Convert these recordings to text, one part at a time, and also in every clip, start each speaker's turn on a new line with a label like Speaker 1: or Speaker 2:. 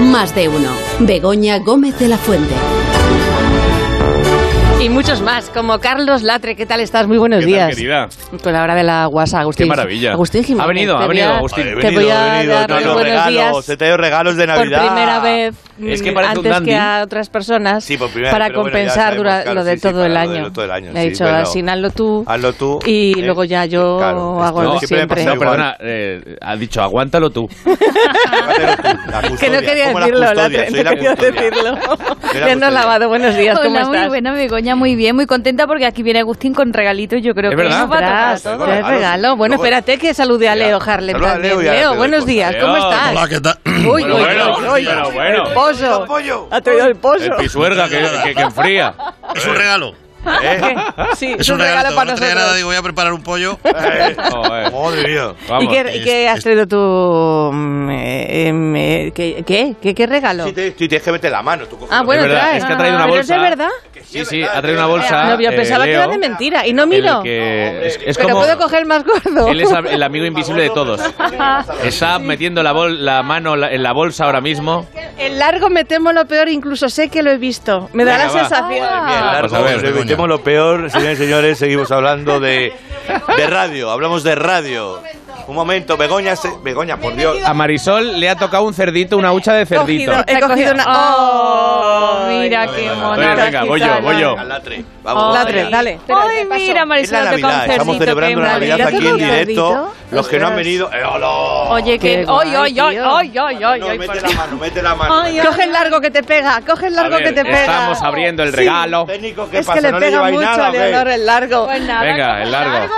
Speaker 1: Más de uno. Begoña Gómez de la Fuente.
Speaker 2: Y muchos más, como Carlos Latre. ¿Qué tal estás? Muy buenos
Speaker 3: ¿Qué tal,
Speaker 2: días.
Speaker 3: querida?
Speaker 2: Con la hora de la guasa, Agustín.
Speaker 3: Qué maravilla.
Speaker 2: Agustín Jiménez.
Speaker 3: Ha venido,
Speaker 2: te
Speaker 3: Ah, ha
Speaker 2: voy
Speaker 3: venido,
Speaker 2: a-
Speaker 3: Agustín.
Speaker 4: He
Speaker 2: Te voy
Speaker 4: venido, he
Speaker 2: a
Speaker 4: venido,
Speaker 2: dar
Speaker 4: no,
Speaker 2: los
Speaker 4: no,
Speaker 2: buenos
Speaker 4: regalos,
Speaker 2: días.
Speaker 4: He traído regalos de
Speaker 2: Por
Speaker 4: Navidad.
Speaker 2: primera vez,
Speaker 3: Es que
Speaker 2: mm,
Speaker 3: parece un
Speaker 2: antes
Speaker 3: dandy.
Speaker 2: que a otras personas,
Speaker 4: Sí, por primera vez,
Speaker 2: para
Speaker 4: pero bueno, ya
Speaker 2: compensar
Speaker 4: sabemos,
Speaker 2: dura-
Speaker 4: claro,
Speaker 2: lo de
Speaker 4: sí, sí,
Speaker 2: todo,
Speaker 4: para
Speaker 2: el
Speaker 4: lo de
Speaker 2: año.
Speaker 4: lo- todo el año,
Speaker 2: Le he
Speaker 4: sí,
Speaker 2: dicho,
Speaker 4: bueno.
Speaker 2: al final lo tú.
Speaker 4: Hazlo tú.
Speaker 2: Y
Speaker 4: ¿eh?
Speaker 2: luego ya yo
Speaker 4: Claro,
Speaker 2: hago
Speaker 4: esto
Speaker 2: lo de
Speaker 4: siempre me
Speaker 2: siempre.
Speaker 4: pasa
Speaker 3: No, perdona,
Speaker 4: igual.
Speaker 3: eh, ha dicho, aguántalo tú.
Speaker 4: Hágatelo tú, la
Speaker 2: que no
Speaker 4: custodia,
Speaker 2: quería
Speaker 4: como la
Speaker 2: decirlo,
Speaker 4: custodia,
Speaker 2: Latre,
Speaker 4: soy
Speaker 2: no
Speaker 4: la
Speaker 2: quería
Speaker 4: custodia.
Speaker 2: decirlo.
Speaker 4: Soy la
Speaker 2: Leandro
Speaker 4: custodia.
Speaker 2: Lavado, buenos días, ¿cómo
Speaker 5: Hola,
Speaker 2: estás?
Speaker 5: muy buena, Begoña, muy bien, muy contenta porque aquí viene Agustín con regalitos, yo creo
Speaker 3: ¿Es
Speaker 5: que
Speaker 3: verdad?
Speaker 5: nos va a tocar a
Speaker 2: Ostras,
Speaker 4: Trae
Speaker 5: todos.
Speaker 4: regalo.
Speaker 2: trae regalo. Bueno,
Speaker 4: Luego-
Speaker 2: espérate que salude a Leo Harlem
Speaker 4: Saluda a
Speaker 2: también.
Speaker 4: Leo y
Speaker 2: Leo,
Speaker 4: ahora te doy
Speaker 2: buenos
Speaker 4: cosas.
Speaker 2: días, ¿cómo
Speaker 3: Leo.
Speaker 2: estás?
Speaker 6: Hola, ¿qué tal?
Speaker 2: Uy,
Speaker 3: Bueno,
Speaker 2: uy,
Speaker 3: bueno,
Speaker 2: uy, uy.
Speaker 3: pero bueno.
Speaker 2: El pollo.
Speaker 4: El pollo.
Speaker 2: Ha traído el pollo.
Speaker 3: El pisuerga que, que, que enfría.
Speaker 6: Es un regalo.
Speaker 4: ¿Eh?
Speaker 2: Sí,
Speaker 6: Es un regalo. Como no traía nada, digo, voy a preparar un pollo.
Speaker 4: Eh,
Speaker 3: Joder,
Speaker 4: Madre mía.
Speaker 2: ¿Y
Speaker 3: Vamos.
Speaker 2: qué, y qué
Speaker 6: Es-
Speaker 2: has
Speaker 6: es-
Speaker 2: traído tú? mm, eh, em, eh, ¿Qué? ¿Qué, ¿Qué- qué regalo?
Speaker 4: Sí, te- sí, tienes que meter la mano. Tú coges
Speaker 2: Ah,
Speaker 4: la-
Speaker 2: bueno,
Speaker 3: es verdad,
Speaker 2: traes.
Speaker 3: es que ha traído una
Speaker 2: ¿Pero
Speaker 3: bolsa.
Speaker 2: es de verdad?
Speaker 3: Sí, sí, ha traído una bolsa.
Speaker 2: no, yo
Speaker 3: eh,
Speaker 2: pensaba que
Speaker 3: Leo,
Speaker 2: era de mentira. Y no
Speaker 3: en el
Speaker 2: miro.
Speaker 3: que es, es
Speaker 2: Pero
Speaker 3: como.
Speaker 2: puedo coger más gordo.
Speaker 3: Él es ab- el amigo invisible de todos. Está metiendo la, bol- la mano la- en la bolsa ahora mismo.
Speaker 2: El largo me temo lo peor, incluso sé que lo he visto. Me da
Speaker 3: Venga,
Speaker 2: la
Speaker 3: va.
Speaker 2: sensación.
Speaker 4: Bien, largo,
Speaker 3: Vamos a ver,
Speaker 4: nos
Speaker 6: Begoña.
Speaker 4: evitemos lo peor, señores y señores, seguimos hablando de, de radio, hablamos de radio. Un momento, Begoña, se- Begoña, por Dios.
Speaker 3: A Marisol le ha tocado un cerdito, una hucha de cerdito.
Speaker 2: Cogido- He cogido una.
Speaker 5: Oh,
Speaker 2: ¡Ay!
Speaker 5: mira qué
Speaker 3: A
Speaker 5: mona.
Speaker 3: ver, venga, voy yo, voy yo.
Speaker 4: Venga, Latre, vamos.
Speaker 2: La tres,
Speaker 4: Begoña.
Speaker 2: dale.
Speaker 5: Ay, mira,
Speaker 4: Es
Speaker 5: Marisol,
Speaker 4: la
Speaker 5: qué
Speaker 4: Navidad,
Speaker 5: concertito,
Speaker 4: estamos celebrando
Speaker 5: qué
Speaker 4: la Navidad
Speaker 5: maravilla.
Speaker 4: aquí en directo.
Speaker 2: conciertito.
Speaker 4: Los que no han
Speaker 2: Ostras.
Speaker 4: venido, ¡eh, hola!
Speaker 2: Qué
Speaker 5: Oye, que... ¡Ay,
Speaker 2: guay,
Speaker 5: ay, ay,
Speaker 2: tío.
Speaker 5: ay, ay, ay!
Speaker 4: No,
Speaker 5: ay,
Speaker 4: mete
Speaker 5: por-
Speaker 4: la mano, mete la mano.
Speaker 5: Ay,
Speaker 2: Coge el largo que te pega, coge el largo
Speaker 3: A ver,
Speaker 2: que te pega.
Speaker 3: estamos abriendo el
Speaker 2: Sí.
Speaker 3: regalo.
Speaker 4: Técnico, ¿qué
Speaker 2: Es
Speaker 4: pasa?
Speaker 2: que le
Speaker 4: No
Speaker 2: pega
Speaker 4: lleváis
Speaker 2: mucho
Speaker 4: nada,
Speaker 2: a Leonor
Speaker 4: ¿o qué?
Speaker 2: el largo.
Speaker 5: Pues nada,
Speaker 3: Venga, el largo.
Speaker 5: Ay,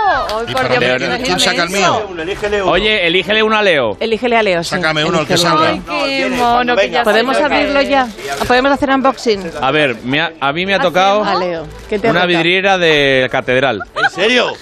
Speaker 6: Y
Speaker 5: por
Speaker 6: para
Speaker 5: Dios,
Speaker 6: Leo,
Speaker 5: imagínate
Speaker 6: ¿quién saca el
Speaker 5: eso.
Speaker 6: mío?
Speaker 4: Uno, elígele uno.
Speaker 3: Oye, elígele uno a Leo.
Speaker 2: Elige a Leo. sí.
Speaker 6: Sácame uno, el que
Speaker 2: Elígele.
Speaker 6: salga.
Speaker 5: Ay, qué
Speaker 4: No,
Speaker 5: mono, que
Speaker 4: venga,
Speaker 5: ya Ah,
Speaker 2: ¿Podemos
Speaker 5: se lo
Speaker 2: abrirlo
Speaker 5: cae.
Speaker 2: ya? ¿Podemos hacer unboxing?
Speaker 3: A ver, me ha- a mí me ha tocado
Speaker 2: A Leo. ¿Qué te
Speaker 3: una
Speaker 2: toca?
Speaker 3: vidriera de catedral.
Speaker 7: Eh,
Speaker 4: ¿En serio?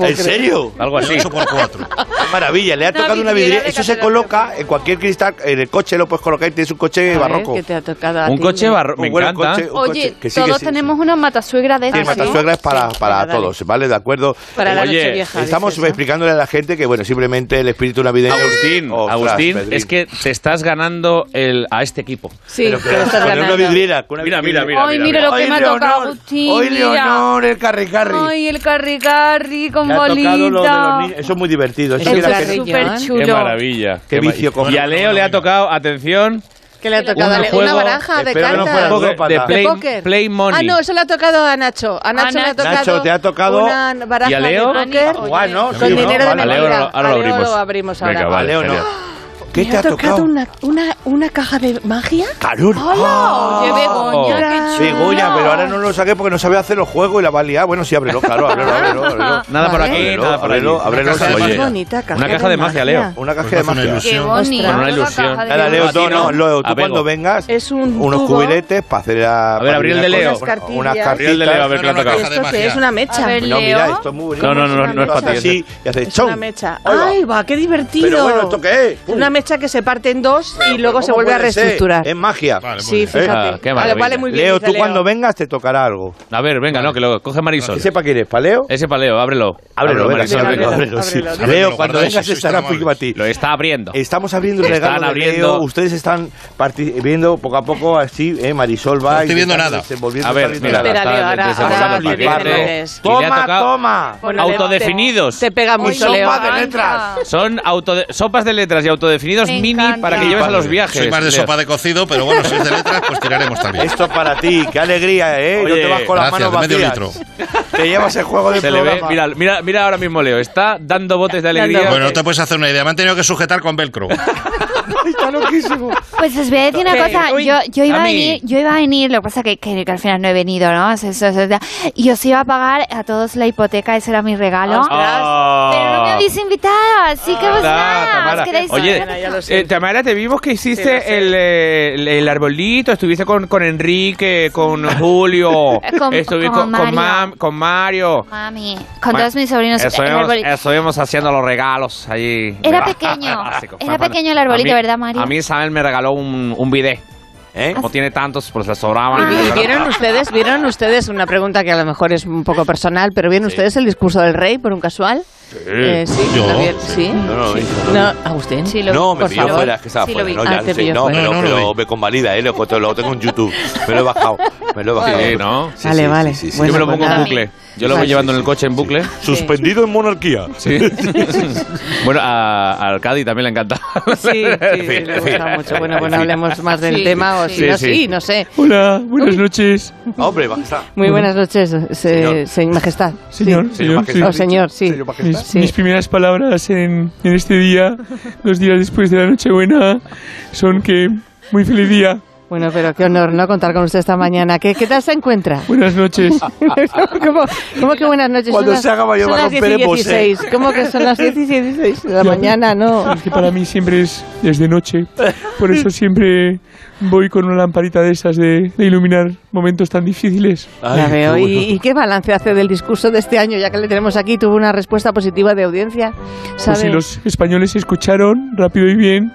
Speaker 4: ¿En serio?
Speaker 3: Algo así.
Speaker 6: 8 por 4
Speaker 4: Qué maravilla, le ha
Speaker 5: Una
Speaker 4: tocado una
Speaker 5: vidriera
Speaker 4: vidriera.
Speaker 5: de
Speaker 4: Eso se
Speaker 5: catedral.
Speaker 4: coloca en cualquier cristal, en el coche lo puedes colocar y tienes un coche
Speaker 2: A ver,
Speaker 4: barroco.
Speaker 2: ¿Qué te ha tocado a
Speaker 3: Un
Speaker 2: ti?
Speaker 3: coche barro. Me
Speaker 4: Un buen
Speaker 3: encanta.
Speaker 4: coche, un
Speaker 5: Oye,
Speaker 4: coche- que sí, que
Speaker 5: todos
Speaker 4: sí,
Speaker 5: tenemos una matasuegra de
Speaker 4: Sí,
Speaker 5: estas, ¿no?
Speaker 4: matasuegra es para,
Speaker 2: Sí,
Speaker 4: para
Speaker 2: venga, dale.
Speaker 4: todos, ¿vale? De acuerdo.
Speaker 2: Para la
Speaker 3: Oye,
Speaker 2: noche vieja.
Speaker 4: Estamos
Speaker 2: dices, ¿no?
Speaker 4: explicándole a la gente que, bueno, simplemente el espíritu navideño.
Speaker 3: Agustín,
Speaker 4: Ostras,
Speaker 3: Agustín,
Speaker 4: Pedrín.
Speaker 3: es que te estás ganando el, a este equipo.
Speaker 2: Sí,
Speaker 4: Pero que
Speaker 2: pero estás
Speaker 4: con una
Speaker 2: ganando.
Speaker 4: vidriera. con una
Speaker 3: Mira,
Speaker 4: vidriera.
Speaker 3: mira, mira.
Speaker 5: Ay, mira lo que
Speaker 4: Ay,
Speaker 5: me ha
Speaker 4: Leonor,
Speaker 5: tocado, Agustín.
Speaker 4: Hoy
Speaker 5: mira.
Speaker 4: Leonor, el carri carri.
Speaker 5: Ay, el carri carri con
Speaker 4: Le ha tocado lo de los niños.
Speaker 5: bolita.
Speaker 4: Eso es muy divertido. Eso
Speaker 2: Es
Speaker 4: sí que la
Speaker 2: un
Speaker 4: gente-
Speaker 2: carrillo. ¿eh?
Speaker 5: Súper
Speaker 3: Qué
Speaker 5: chulo.
Speaker 3: maravilla.
Speaker 4: Qué
Speaker 3: ma-
Speaker 4: vicio con-
Speaker 3: Y a Leo le ha tocado, atención,
Speaker 2: ¿Qué le ha tocado a
Speaker 3: Un
Speaker 2: Leo? Una
Speaker 3: juego-
Speaker 2: baraja de
Speaker 4: Espero que no
Speaker 2: cartas.
Speaker 4: fuera
Speaker 3: poker- de
Speaker 4: Ludópata.
Speaker 3: play,
Speaker 2: ¿De póker?
Speaker 3: play Money.
Speaker 2: Ah, no, eso le ha tocado a Nacho. A Nacho, le ha
Speaker 5: Nacho.
Speaker 2: tocado.
Speaker 4: Nacho, te ha tocado-
Speaker 2: Una baraja
Speaker 3: ¿Y a Leo?
Speaker 2: de póker
Speaker 4: Guau, ¿no?
Speaker 2: con
Speaker 4: Sí, ¿no?
Speaker 2: dinero de
Speaker 4: Vale,
Speaker 3: a Leo
Speaker 2: mentira.
Speaker 3: ahora, ahora
Speaker 2: A
Speaker 3: lo
Speaker 2: Leo
Speaker 3: abrimos.
Speaker 2: abrimos ahora.
Speaker 3: Venga,
Speaker 4: A
Speaker 3: vale,
Speaker 4: Leo no.
Speaker 3: genial.
Speaker 4: ¿Qué te ha tocado?
Speaker 2: una, una, una caja de magia?
Speaker 4: Calor. ¡Ah!
Speaker 5: Oye, Begoña, qué chulo.
Speaker 4: Begoña, pero ahora no lo saqué porque no sabía hacer los juegos y la va a liar. Bueno, sí, ábrelo, claro, ábrelo, ábrelo. ábrelo.
Speaker 3: Nada por
Speaker 2: Vale.
Speaker 3: aquí,
Speaker 4: Ábrelo,
Speaker 3: nada por allí.
Speaker 4: ábrelo, ábrelo.
Speaker 6: Una caja de
Speaker 3: Oye,
Speaker 2: magia. Bonita caja
Speaker 3: una
Speaker 2: de
Speaker 3: caja de magia,
Speaker 2: magia.
Speaker 3: Leo.
Speaker 4: Una
Speaker 6: Pues
Speaker 4: caja de
Speaker 6: me hace una
Speaker 4: magia.
Speaker 6: ilusión.
Speaker 5: Qué bonito.
Speaker 3: Con Pues una
Speaker 5: Toda
Speaker 3: ilusión.
Speaker 5: caja de
Speaker 4: Ahora, Leo,
Speaker 3: A ti
Speaker 4: tú,
Speaker 3: no.
Speaker 4: no, Leo,
Speaker 3: A
Speaker 4: tú
Speaker 3: Bego.
Speaker 4: cuando vengas,
Speaker 2: Es un
Speaker 4: unos
Speaker 2: tubo.
Speaker 4: cubiletes para hacer la.
Speaker 3: A ver, abrí el de Leo.
Speaker 2: Unas cartillas.
Speaker 4: Unas
Speaker 3: Abrí el de Leo, a ver qué le ha
Speaker 6: Una
Speaker 3: tocado.
Speaker 6: caja de
Speaker 2: ¿Esto qué
Speaker 6: magia.
Speaker 2: es? ¿Una mecha?
Speaker 5: A ver,
Speaker 4: No, mira,
Speaker 5: Leo.
Speaker 4: esto es muy bonito.
Speaker 3: No, no, no, no, no es
Speaker 4: Haces
Speaker 3: para ti.
Speaker 4: así y haces
Speaker 2: Es
Speaker 4: chon.
Speaker 2: una mecha.
Speaker 4: Ahí va.
Speaker 2: ¡Ay, va! ¡Qué divertido!
Speaker 4: Pero bueno, ¿esto qué es?
Speaker 2: Una mecha que se parte en dos y luego se
Speaker 4: ¿Cómo
Speaker 2: vuelve a
Speaker 4: puede ser?
Speaker 2: reestructurar.
Speaker 4: Es magia.
Speaker 6: Vale, muy
Speaker 2: Sí,
Speaker 6: bien.
Speaker 2: fíjate.
Speaker 3: Ah, qué
Speaker 2: vale,
Speaker 3: maravilla.
Speaker 2: vale, muy bien.
Speaker 4: Leo,
Speaker 2: dice
Speaker 4: tú cuando vengas te tocará algo.
Speaker 3: A ver, venga, no, que lo coge Marisol.
Speaker 4: Que sepa quién es, ¿Paleo?
Speaker 3: Ese paleo, ábrelo.
Speaker 4: Ábrelo, venga, sí,
Speaker 3: Marisol,
Speaker 4: ábrelo,
Speaker 3: venga.
Speaker 4: ábrelo, sí.
Speaker 2: ábrelo.
Speaker 4: Leo,
Speaker 6: Ábrelo,
Speaker 4: cuando
Speaker 6: guardáis
Speaker 4: vengas
Speaker 6: eso,
Speaker 4: estará
Speaker 6: sois tan
Speaker 4: muy para ti.
Speaker 3: Lo está abriendo.
Speaker 4: Estamos abriendo el
Speaker 3: Están
Speaker 4: regalo de
Speaker 3: abriendo.
Speaker 4: Leo. Ustedes están parti- viendo poco a poco así, ¿eh? Marisol va...
Speaker 6: No estoy viendo nada.
Speaker 3: A ver, mira,
Speaker 2: Espera,
Speaker 3: está
Speaker 2: Leo, ahora-
Speaker 3: desenvolviendo
Speaker 4: ahora
Speaker 3: el
Speaker 4: lo
Speaker 3: paquete.
Speaker 2: lees.
Speaker 3: Y le ha
Speaker 4: Toma,
Speaker 3: tocado
Speaker 4: toma.
Speaker 2: Bueno, Leo,
Speaker 3: Autodefinidos.
Speaker 2: Te pega mucho,
Speaker 4: son
Speaker 2: Leo.
Speaker 4: más de letras.
Speaker 3: Son autode- sopas de letras y autodefinidos
Speaker 5: Me
Speaker 3: mini
Speaker 5: encanta.
Speaker 3: para que lleves a los
Speaker 6: Vale.
Speaker 3: viajes.
Speaker 6: Soy más de
Speaker 3: Leo.
Speaker 6: sopa de cocido, pero bueno, si es de letras, pues tiraremos también.
Speaker 4: Esto para ti, qué alegría, ¿eh? no
Speaker 3: Oye,
Speaker 4: te vas con las
Speaker 6: Gracias, de
Speaker 4: manos
Speaker 6: medio
Speaker 4: vacías.
Speaker 6: litro.
Speaker 4: Te llevas el juego de
Speaker 3: Se le ve,
Speaker 4: programa.
Speaker 3: mira, mira, mira ahora mismo Leo, está dando botes de alegría.
Speaker 6: Bueno, no te puedes hacer una idea. Me han tenido que sujetar con velcro.
Speaker 4: Está loquísimo.
Speaker 8: Pues os voy a decir una
Speaker 2: Pero,
Speaker 8: cosa,
Speaker 2: uy,
Speaker 8: yo, yo iba a
Speaker 3: Ami.
Speaker 8: venir, yo iba a venir, lo que pasa que, que, que al final no he venido, ¿no? Eso, eso, eso, eso. y os iba a pagar a todos la hipoteca, ese era mi regalo.
Speaker 3: Ah.
Speaker 8: Pero no me habéis invitado, así que
Speaker 3: Ah,
Speaker 8: vos nada, os
Speaker 3: Tamara.
Speaker 8: quedáis
Speaker 2: Tamara, ya lo
Speaker 3: Oye,
Speaker 2: sé.
Speaker 3: eh, Tamara, te vimos que
Speaker 2: Sí, lo
Speaker 3: hiciste
Speaker 2: sé.
Speaker 3: el, eh, el, el arbolito, estuviste con, con Enrique, con Julio,
Speaker 8: Con-
Speaker 3: estuviste
Speaker 8: con
Speaker 3: con, con
Speaker 8: Mario.
Speaker 3: Mam- con Mario.
Speaker 8: mami, con
Speaker 3: Ma-
Speaker 8: todos mis sobrinos. el
Speaker 3: Estuvimos,
Speaker 8: arbolito.
Speaker 3: estuvimos haciendo los regalos allí.
Speaker 8: Era pequeño,
Speaker 3: Así que fue
Speaker 8: era
Speaker 3: bueno.
Speaker 8: pequeño el
Speaker 3: A
Speaker 8: arbolito,
Speaker 3: mí-
Speaker 8: ¿verdad, Mario? Ah,
Speaker 3: A mí Isabel me regaló un, un bidet.
Speaker 4: ¿Eh?
Speaker 3: Como tiene tantos, pues le sobraban.
Speaker 2: Y- y ¿Vieron ustedes, vieron ustedes, una pregunta que a lo mejor es un poco personal, pero vieron ustedes el discurso del rey por un casual? Eh, sí,
Speaker 6: Yo,
Speaker 2: Javier,
Speaker 6: sí.
Speaker 2: sí.
Speaker 4: No, no, hijo, no.
Speaker 2: No, Agustín.
Speaker 5: Sí, lo vi,
Speaker 4: No, me
Speaker 5: por
Speaker 4: pilló
Speaker 5: favor.
Speaker 4: fuera, es que estaba
Speaker 5: Sí, lo
Speaker 4: fuera.
Speaker 5: vi.
Speaker 4: No,
Speaker 5: Ah,
Speaker 4: ya
Speaker 5: te
Speaker 4: lo sé.
Speaker 5: pilló
Speaker 4: No,
Speaker 5: fuera.
Speaker 6: No,
Speaker 4: pero,
Speaker 6: no lo
Speaker 4: pero
Speaker 6: vi.
Speaker 4: me convalida, ¿eh? Lo, he- lo tengo en YouTube. Me lo he bajado. Me lo he bajado.
Speaker 3: Sí, ¿no?
Speaker 4: Sí,
Speaker 2: Vale,
Speaker 4: sí, sí,
Speaker 2: vale.
Speaker 4: sí, sí.
Speaker 3: Yo
Speaker 2: Bueno,
Speaker 3: me lo
Speaker 2: pues
Speaker 3: pongo en
Speaker 2: nada.
Speaker 3: bucle. Yo lo voy
Speaker 2: Vale.
Speaker 3: llevando en el coche en bucle.
Speaker 4: Suspendido en monarquía.
Speaker 3: Sí. bueno, a, al Cádiz también le encanta.
Speaker 2: Sí, sí,
Speaker 4: fin,
Speaker 2: le
Speaker 4: en
Speaker 2: gusta
Speaker 4: fin.
Speaker 2: mucho. Bueno, pues
Speaker 4: Sí.
Speaker 2: no hablemos más del
Speaker 5: Sí,
Speaker 2: tema o
Speaker 5: sí.
Speaker 2: si no,
Speaker 3: Sí, sí.
Speaker 2: sí, no sé.
Speaker 3: Hola, buenas noches.
Speaker 4: Hombre, basta.
Speaker 2: Muy buenas noches, eh,
Speaker 4: Señor.
Speaker 2: se- Majestad.
Speaker 9: Señor,
Speaker 4: Señor
Speaker 9: señor,
Speaker 4: Majestad.
Speaker 2: O señor, sí.
Speaker 4: Señor Majestad.
Speaker 9: Mis,
Speaker 2: Sí.
Speaker 9: mis primeras palabras en, en este día, dos días después de la Nochebuena, son que muy feliz día,
Speaker 2: Bueno, pero qué honor, ¿no? Contar con usted esta mañana. ¿Qué, qué tal se encuentra?
Speaker 9: buenas noches.
Speaker 2: ¿Cómo, cómo que buenas noches?
Speaker 4: Cuando
Speaker 2: Son las-
Speaker 4: se haga mayor
Speaker 2: son
Speaker 4: va a
Speaker 2: las
Speaker 4: romper
Speaker 2: 10 y
Speaker 4: el posé.
Speaker 2: 16. ¿Cómo que son las 10 y 16 de la
Speaker 9: Ya.
Speaker 2: mañana? No.
Speaker 9: Es que para mí siempre es desde noche, por eso siempre voy con una lamparita de esas de, de iluminar momentos tan difíciles.
Speaker 2: Ya
Speaker 4: Ay,
Speaker 2: veo.
Speaker 4: qué
Speaker 2: ¿Y,
Speaker 4: bueno.
Speaker 2: y qué balance hace del discurso de este año? Ya que le tenemos aquí, tuvo una respuesta positiva de audiencia.
Speaker 9: Pues
Speaker 2: ¿Sabe?
Speaker 9: si los españoles escucharon rápido y bien,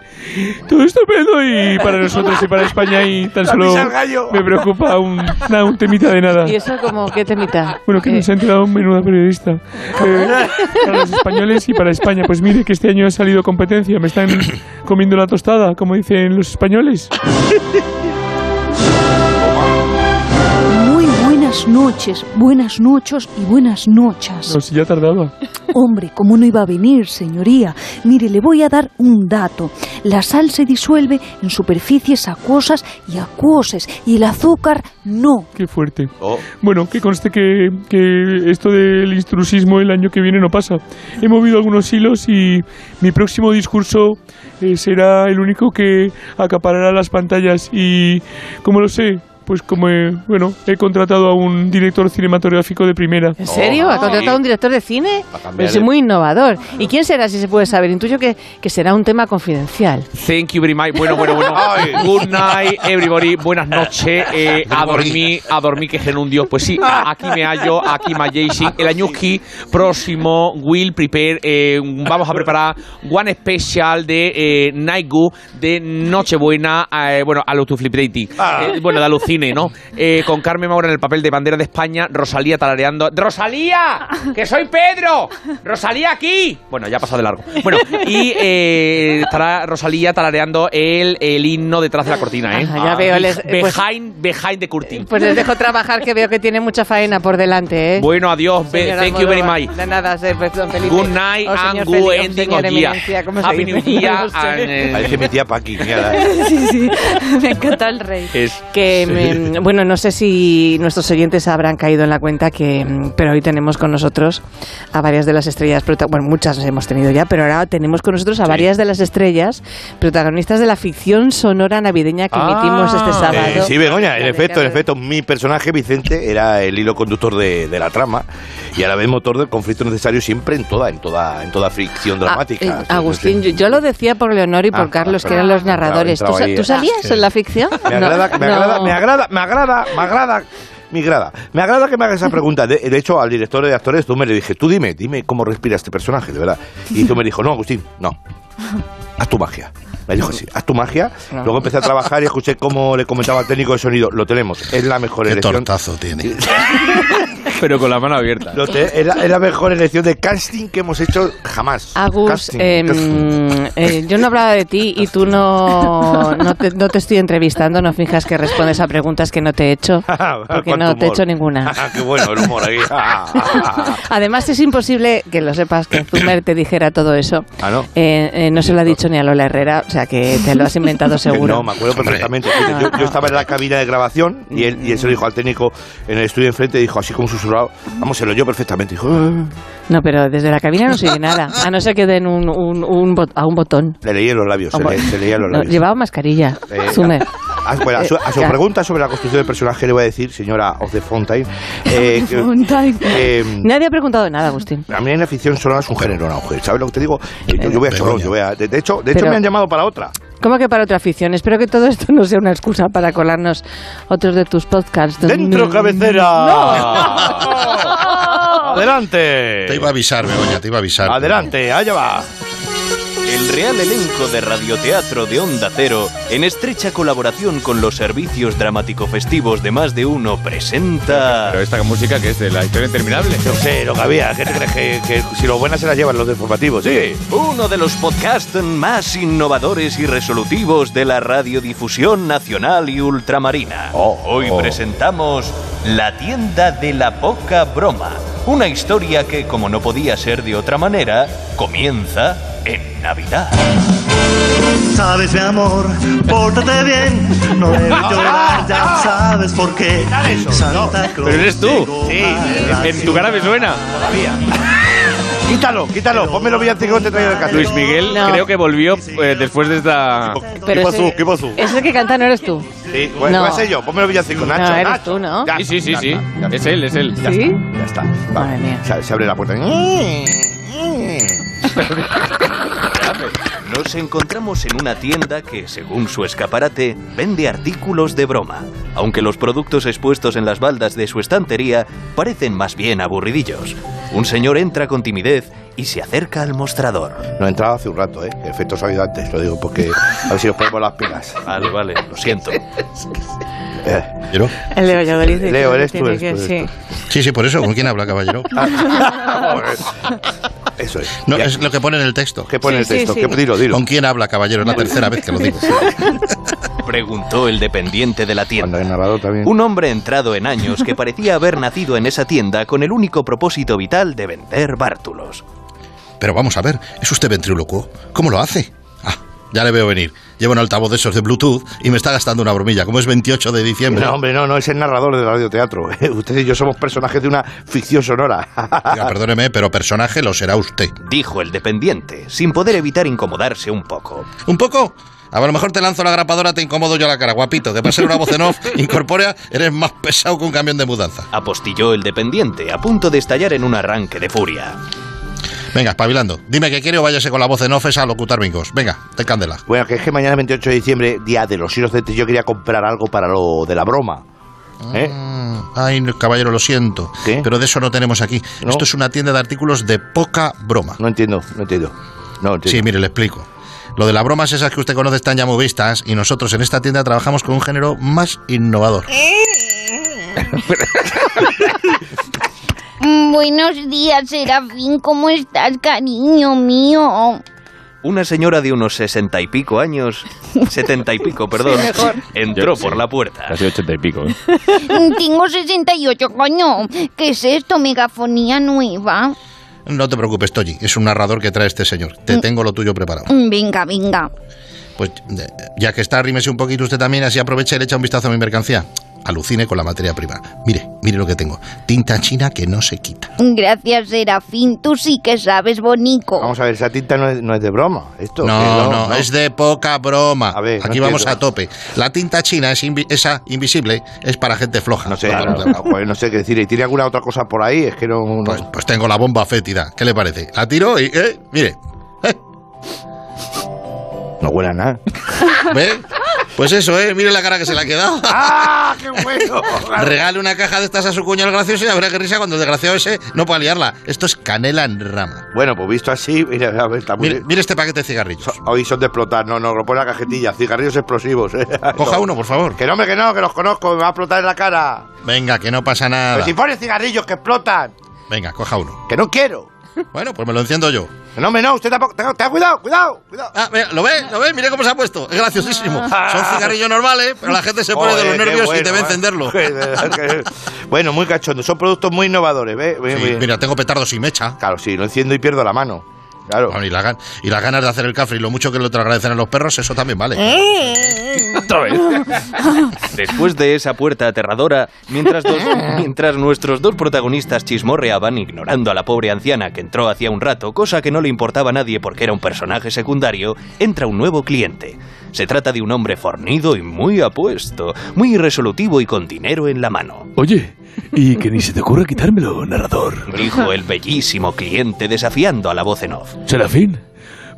Speaker 9: todo estupendo y para nosotros y para España y tan
Speaker 4: La
Speaker 9: solo
Speaker 4: misa al gallo.
Speaker 9: me preocupa un, nada, un temita de nada.
Speaker 2: ¿Y eso como qué temita?
Speaker 9: Bueno, que
Speaker 2: Eh,
Speaker 9: nos ha enterado un menudo periodista. Eh, para los españoles y para España. Pues mire que este año ha salido competencia. Me están comiendo la tostada, como dicen los españoles.
Speaker 10: Muy buenas noches, buenas noches y buenas noches.
Speaker 9: No, si ya tardaba.
Speaker 10: Hombre, ¿cómo no iba a venir, señoría? Mire, le voy a dar un dato. La sal se disuelve en superficies acuosas y acuoses y el azúcar no.
Speaker 9: Qué fuerte.
Speaker 4: Oh,
Speaker 9: Bueno, que conste que, que esto del intrusismo el año que viene no pasa. He movido algunos hilos y mi próximo discurso eh, será el único que acaparará las pantallas. Y como lo sé, pues como he- bueno, he contratado a un director cinematográfico de primera.
Speaker 2: ¿En serio? ¿Ha
Speaker 4: Oh,
Speaker 2: contratado
Speaker 4: sí.
Speaker 2: a un director de cine?
Speaker 4: Va a cambiar
Speaker 2: Pues
Speaker 4: el-
Speaker 2: es muy innovador. ¿Y quién será, si se puede saber? Intuyo que, que será un tema confidencial.
Speaker 3: Thank you very much. Bueno, bueno, bueno.
Speaker 4: Ay.
Speaker 3: Good night, everybody. Buenas noches. Eh, a dormir, a dormir, que es en un dios. Pues sí, a- aquí me hallo, aquí me halléis. El añuski próximo will prepare. eh, vamos a preparar one special de eh, Night Goo de Nochebuena. eh, bueno, a lo tu flip dating. Eh, bueno, de alucine, ¿no? Eh, con Carmen Maura en el papel de bandera de España. Rosalía talareando. ¡Rosalía! ¡Que soy Pedro! ¡Rosalía aquí! Bueno, ya ha pasado de largo. Bueno, y eh, estará Rosalía talareando el, el himno detrás de la cortina, ¿eh?
Speaker 2: Ajá, ya veo, les- pues-
Speaker 3: behind, behind the curtain.
Speaker 2: Pues les dejo trabajar, que veo que tiene mucha faena por delante, ¿eh?
Speaker 3: Bueno, adiós. Be-
Speaker 2: Señor
Speaker 3: Thank you very
Speaker 2: Almodóvar.
Speaker 3: much.
Speaker 2: De nada, pues, ser perdón, Felipe.
Speaker 3: Good night
Speaker 2: O
Speaker 3: and
Speaker 2: Oh, señor
Speaker 3: good
Speaker 2: Felipe, o
Speaker 3: ending
Speaker 2: señor
Speaker 3: of year.
Speaker 2: Eminencia, ¿cómo se
Speaker 3: Happy
Speaker 2: dice?
Speaker 3: New Year.
Speaker 2: No sé.
Speaker 3: and, eh,
Speaker 4: parece mi tía Paqui. mierda.
Speaker 10: Sí, sí, me encanta el rey.
Speaker 3: es-
Speaker 2: Que, me- bueno, no sé si nuestros oyentes habrán caído en la cuenta que, mm, pero hoy tenemos con nosotros a varias de las estrellas, prota- bueno, muchas las hemos tenido ya, pero ahora tenemos con nosotros a varias de las estrellas protagonistas de la ficción sonora navideña que
Speaker 3: Ah,
Speaker 2: emitimos este
Speaker 4: Eh,
Speaker 2: sábado.
Speaker 4: sí, Begoña, en
Speaker 2: Vale,
Speaker 4: efecto, en
Speaker 2: claro.
Speaker 4: efecto, mi personaje, Vicente, era el hilo conductor de, de la trama y a la vez motor del conflicto necesario siempre en toda, en toda, en toda fricción
Speaker 2: Ah,
Speaker 4: dramática.
Speaker 2: eh, Agustín, yo, yo lo decía por Leonor y por
Speaker 4: Ah,
Speaker 2: Carlos,
Speaker 4: ah,
Speaker 2: que eran los
Speaker 4: entraba,
Speaker 2: narradores. ¿Tú,
Speaker 4: entraba
Speaker 2: sa-
Speaker 4: ahí. ah,
Speaker 2: tú salías en la ficción?
Speaker 4: Me
Speaker 2: No,
Speaker 4: agrada, me
Speaker 2: no.
Speaker 4: agrada, me agrada, me agrada, me agrada. Me agrada, me agrada que me hagas esa pregunta. De, de hecho, al director de actores, tú me le dije, tú dime, dime cómo respira este personaje, de verdad. Y tú me dijo, no, Agustín, no. Haz tu magia. Me dijo así, haz tu magia. Luego empecé a trabajar y escuché cómo le comentaba al técnico de sonido. Lo tenemos, es la mejor
Speaker 6: Qué
Speaker 4: elección.
Speaker 6: tortazo tiene.
Speaker 3: pero con la mano abierta.
Speaker 4: Lo te- es, la, es la mejor elección de casting que hemos hecho jamás.
Speaker 2: Agus,
Speaker 4: Casting,
Speaker 2: em,
Speaker 4: casting.
Speaker 2: eh, yo no hablaba de ti y tú no, no, te, no te estoy entrevistando, no fijas que respondes a preguntas que no te he hecho, porque
Speaker 4: Ah, Cuánto
Speaker 2: no te
Speaker 4: humor.
Speaker 2: he
Speaker 4: Ah,
Speaker 2: hecho ninguna.
Speaker 4: Qué bueno el humor aquí. ah,
Speaker 2: Además, es imposible que lo sepas que Zumer te dijera todo eso.
Speaker 4: ¿no?
Speaker 2: Eh, eh, no se lo ha dicho ni a Lola Herrera, o sea que te lo has inventado seguro.
Speaker 4: No, me acuerdo
Speaker 6: Hombre.
Speaker 4: perfectamente. Fíjate, Yo, yo estaba en la cabina de grabación y él, y él se lo dijo al técnico en el estudio enfrente, dijo así como susurrado, vamos, se lo oyó perfectamente. Dijo, "Ah".
Speaker 2: No, pero desde la cabina no se oye nada, a no ser que den un, un- un bot- a un botón.
Speaker 4: le leí en los labios, se, le, se leía en los
Speaker 2: No,
Speaker 4: labios.
Speaker 2: llevaba mascarilla,
Speaker 4: Eh,
Speaker 2: Zumer.
Speaker 4: Ah, bueno, a su, a su
Speaker 2: Eh,
Speaker 4: pregunta sobre la construcción del personaje le voy a decir, señora of the Fontaine, eh, que-
Speaker 10: Fontaine.
Speaker 4: eh,
Speaker 2: Nadie ha preguntado nada, Agustín.
Speaker 4: A mí en la afición sonora es un género, no, mujer. ¿Sabes lo que te digo? Eh, Yo, yo voy a
Speaker 6: Begoña.
Speaker 4: Chorón, yo voy a... De, de hecho, de hecho
Speaker 2: Pero-
Speaker 4: me han llamado para otra.
Speaker 2: ¿Cómo que para otra afición? Espero que todo esto no sea una excusa para colarnos otros de tus podcasts.
Speaker 4: ¡Dentro,
Speaker 2: Mm.
Speaker 4: cabecera!
Speaker 6: Te iba a
Speaker 4: Ah. ¡Adelante!
Speaker 6: avisar, Begoña, te iba a avisar.
Speaker 4: ¡Adelante, allá va!
Speaker 11: El Real Elenco de Radioteatro de Onda Cero, en estrecha colaboración con los servicios dramático-festivos de Más de Uno, presenta... Pero esta música que es de la historia interminable.
Speaker 4: No sé, lo que había. ¿Qué te crees? Que, que si lo buenas se las llevan los de informativos, sí.
Speaker 11: Uno de los podcasts más innovadores y resolutivos de la radiodifusión nacional y ultramarina. Hoy presentamos La tienda de la poca broma. Una historia que, como no podía ser de otra manera, comienza en Navidad.
Speaker 12: Sabes, mi amor, pórtate bien, no debes
Speaker 4: Ah,
Speaker 12: llorar, ya sabes por qué. Santa Claus
Speaker 3: Pero eres tú.
Speaker 12: llegó
Speaker 3: Sí,
Speaker 12: a la
Speaker 3: en tu cara me suena.
Speaker 4: Quítalo, quítalo. Ponme los villancicos que te traigo del caso.
Speaker 3: Luis Miguel
Speaker 2: No.
Speaker 3: creo que volvió eh, después de esta...
Speaker 2: Pero ese- Ese que canta no eres tú.
Speaker 4: Sí, bueno,
Speaker 2: No.
Speaker 4: pues ese yo. Ponme los villancicos,
Speaker 2: No,
Speaker 4: Nacho.
Speaker 2: eres
Speaker 4: Nacho.
Speaker 2: tú, ¿no?
Speaker 4: Ya
Speaker 3: Sí, sí, sí,
Speaker 4: está,
Speaker 3: sí.
Speaker 4: ya está, ya
Speaker 3: Es él, es él.
Speaker 4: está.
Speaker 2: ¿Sí?
Speaker 4: Ya está. Va.
Speaker 2: Madre mía.
Speaker 4: Se, se abre la puerta.
Speaker 11: Nos encontramos en una tienda que, según su escaparate, vende artículos de broma, aunque los productos expuestos en las baldas de su estantería parecen más bien aburridillos. Un señor entra con timidez y se acerca al mostrador.
Speaker 4: No he entrado hace un rato, ¿eh? Efectos sonido antes, lo digo, porque a ver si os ponemos las pilas.
Speaker 11: Vale, vale, lo siento.
Speaker 4: Eh,
Speaker 2: El de Valladolid. dice
Speaker 4: Leo,
Speaker 2: que
Speaker 4: eres tú,
Speaker 2: tiene
Speaker 4: eres
Speaker 2: que-
Speaker 4: tú, eres Ah,
Speaker 2: sí.
Speaker 6: Sí, sí, por eso. ¿Con quién habla, caballero?
Speaker 4: eso es.
Speaker 6: No, es lo que pone en el texto.
Speaker 4: ¿Qué pone
Speaker 2: Sí,
Speaker 4: el texto?
Speaker 2: sí, sí.
Speaker 4: ¿Qué dilo, dilo?
Speaker 6: ¿Con quién habla, caballero? Es la tercera vez que lo digo.
Speaker 11: Preguntó el dependiente de la
Speaker 4: Cuando
Speaker 11: tienda.
Speaker 4: he narrado también.
Speaker 11: Un hombre entrado en años que parecía haber nacido en esa tienda con el único propósito vital de vender bártulos.
Speaker 6: Pero vamos a ver, ¿es usted ventrílocuo? ¿Cómo lo hace? Ah, ya le veo venir. Lleva un altavoz de esos de Bluetooth y me está gastando una bromilla. Como es 28 de diciembre.
Speaker 4: No, hombre, no, no, es el narrador del radioteatro. Eh, Usted y yo somos personajes de una ficción sonora.
Speaker 6: Oiga, perdóneme, pero personaje lo será usted.
Speaker 11: Dijo el dependiente, sin poder evitar incomodarse un poco.
Speaker 6: ¿Un poco? A lo mejor te lanzo la grapadora, te incomodo yo la cara, guapito. Que para ser una voz en off incorpórea, eres más pesado que un camión de mudanza.
Speaker 11: Apostilló el dependiente, a punto de estallar en un arranque de furia.
Speaker 6: Venga, espabilando. Dime que quiere o váyase con la voz en off esa a locutar bingos. Venga, te candela.
Speaker 4: Bueno, que es que mañana 28 de diciembre, día de los inocentes, yo quería comprar algo para lo de la broma. ¿Eh?
Speaker 6: Mm, Ay, no, caballero, lo siento.
Speaker 4: ¿Qué?
Speaker 6: Pero de eso no tenemos aquí.
Speaker 4: ¿No?
Speaker 6: Esto es una tienda de artículos de poca broma.
Speaker 4: No entiendo, no entiendo. No entiendo.
Speaker 6: Sí, mire, le explico. Lo de las bromas esas que usted conoce están ya muy vistas y nosotros en esta tienda trabajamos con un género más innovador.
Speaker 13: Mm, Buenos días, Serafín. ¿Cómo estás, cariño mío?
Speaker 11: Una señora de unos sesenta y pico años, setenta y pico, perdón, entró por la puerta.
Speaker 3: Casi ochenta y pico. ¿eh?
Speaker 13: Mm, Tengo 68, coño. ¿Qué es esto? Megafonía nueva.
Speaker 6: No te preocupes, Toji, es un narrador que trae este señor. Te tengo lo tuyo preparado.
Speaker 13: Mm, Venga, venga.
Speaker 6: Pues eh, ya que está, arrímese un poquito usted también, así aprovecha y le echa un vistazo a mi mercancía. Alucine con la materia prima. Mire, mire lo que tengo. Tinta china que no se quita.
Speaker 13: Gracias, Serafín. Tú sí que sabes, bonico.
Speaker 4: Vamos a ver, esa tinta no es, no es de broma. Esto,
Speaker 6: No,
Speaker 4: que
Speaker 6: no, es de poca broma.
Speaker 4: A ver, no
Speaker 6: Aquí vamos
Speaker 4: entiendo.
Speaker 6: a tope. La tinta china, es invi- esa invisible, es para gente floja. Pues,
Speaker 4: No sé,
Speaker 6: Para
Speaker 4: claro,
Speaker 6: los de abajo.
Speaker 4: joder, Ah, pues, no sé qué decir. ¿Y tiene alguna otra cosa por ahí? Es que no. no-
Speaker 6: Pues, pues tengo la bomba fétida. ¿Qué le parece? La tiro y... eh, mire. Eh,
Speaker 4: No huele a nada.
Speaker 6: ¿Ve? Pues eso, ¿eh? Mire la cara que se le ha quedado.
Speaker 4: ¡Ah! ¡Qué bueno!
Speaker 6: Regale una caja de estas a su cuñado el gracioso y habrá que risa cuando el desgraciado ese no pueda liarla. Esto es canela en rama.
Speaker 4: bueno, pues visto así, mira, a ver, está muy
Speaker 6: Mire, mire este paquete de cigarrillos.
Speaker 4: bien. Hoy son de explotar, no, no, lo pone la cajetilla, cigarrillos explosivos. eh.
Speaker 6: Coja
Speaker 4: No.
Speaker 6: uno, por favor.
Speaker 4: Que no, hombre, que no, que los conozco, me va a explotar en la cara.
Speaker 6: Venga, que no pasa
Speaker 4: Pero
Speaker 6: nada.
Speaker 4: si pones cigarrillos que explotan,
Speaker 6: Venga, coja uno.
Speaker 4: que no quiero.
Speaker 6: Bueno, pues me lo enciendo yo.
Speaker 4: Que No, hombre, no, usted tampoco. Tenga, tenga cuidado, cuidado, cuidado.
Speaker 6: Ah, mira, ¿lo ve? ¿Lo ve? Mire cómo se ha puesto. Es graciosísimo. Son cigarrillos normales, eh, pero la gente se pone de los
Speaker 4: Ah. Joder, qué
Speaker 6: nervios y
Speaker 4: bueno,
Speaker 6: debe
Speaker 4: ¿eh?
Speaker 6: encenderlo.
Speaker 4: bueno, muy cachondo, son productos muy innovadores, ¿ves? Muy-
Speaker 6: Sí,
Speaker 4: muy-
Speaker 6: mira, tengo petardos y mecha.
Speaker 4: Claro, sí, lo enciendo y pierdo la mano. Claro.
Speaker 6: Bueno, y, la gan- y las ganas de hacer el café y lo mucho que lo te lo agradecerán los perros, eso también vale.
Speaker 14: ¿Eh?
Speaker 3: Otra vez.
Speaker 11: Después de esa puerta aterradora, mientras, dos- mientras nuestros dos protagonistas chismorreaban ignorando a la pobre anciana que entró hacía un rato, cosa que no le importaba a nadie porque era un personaje secundario, entra un nuevo cliente. Se trata de un hombre fornido y muy apuesto, muy resolutivo y con dinero en la mano.
Speaker 7: Oye, y que ni se te ocurra quitármelo, narrador.
Speaker 11: Dijo el bellísimo cliente desafiando a la voz en off.
Speaker 7: Serafín,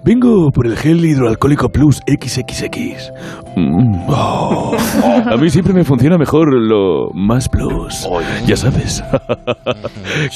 Speaker 7: vengo por el gel hidroalcohólico plus XXX. Mm, oh. A mí siempre me funciona mejor lo más plus. Ya sabes.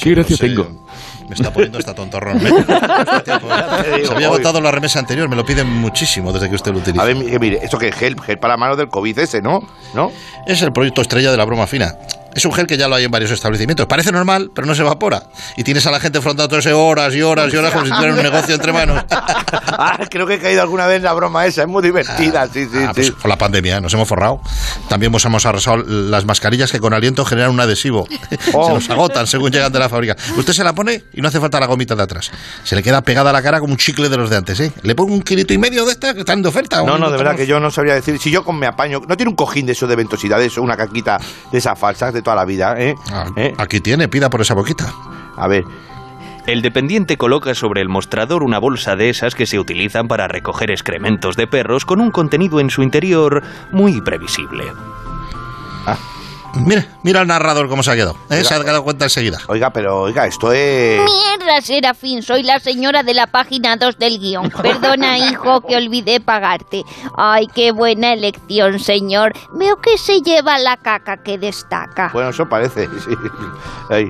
Speaker 7: Qué gracia
Speaker 6: Sí.
Speaker 7: tengo.
Speaker 6: Me está poniendo hasta tontorrón. ¿eh? Me- Se había votado la remesa anterior, me lo piden muchísimo desde que usted lo utiliza.
Speaker 4: A ver, mire, mire, esto que es gel, gel para manos del COVID ese, ¿no? ¿No?
Speaker 6: Es el proyecto estrella de la broma fina. Es un gel que ya lo hay en varios establecimientos. Parece normal, pero no se evapora. Y tienes a la gente frontándose horas y horas y horas como si tuvieran un negocio entre manos.
Speaker 4: Ah, creo que he caído alguna vez en la broma esa, es muy divertida, sí, sí,
Speaker 6: Ah, pues, con la pandemia nos hemos forrado. También nos hemos arrasado las mascarillas que con aliento generan un adhesivo.
Speaker 4: Oh.
Speaker 6: Se nos agotan según llegan de la fábrica. Usted se la pone y no hace falta la gomita de atrás. Se le queda pegada a la cara como un chicle de los de antes. ¿eh? Le pongo un kilito y medio de esta que están de oferta.
Speaker 4: No,
Speaker 6: Un
Speaker 4: no, de verdad
Speaker 6: tomate.
Speaker 4: que yo no sabría decir. Si yo con me apaño, no tiene un cojín de eso de ventosidad, de eso, una caquita de esas falsas de toda la vida, ¿eh?
Speaker 6: Ah, Aquí tiene, pida por esa boquita.
Speaker 4: A ver.
Speaker 11: El dependiente coloca sobre el mostrador una bolsa de esas que se utilizan para recoger excrementos de perros con un contenido en su interior muy previsible.
Speaker 6: Mira, mira al narrador cómo se ha quedado. ¿eh? Se ha
Speaker 4: Oiga.
Speaker 6: dado cuenta enseguida.
Speaker 4: Oiga, pero oiga, esto es.
Speaker 13: Mierda, Serafín, soy la señora de la página 2 del guión. Perdona, hijo, que olvidé pagarte. Ay, qué buena elección, señor. Veo que se lleva la caca que destaca.
Speaker 4: Bueno, eso parece, sí. Ay,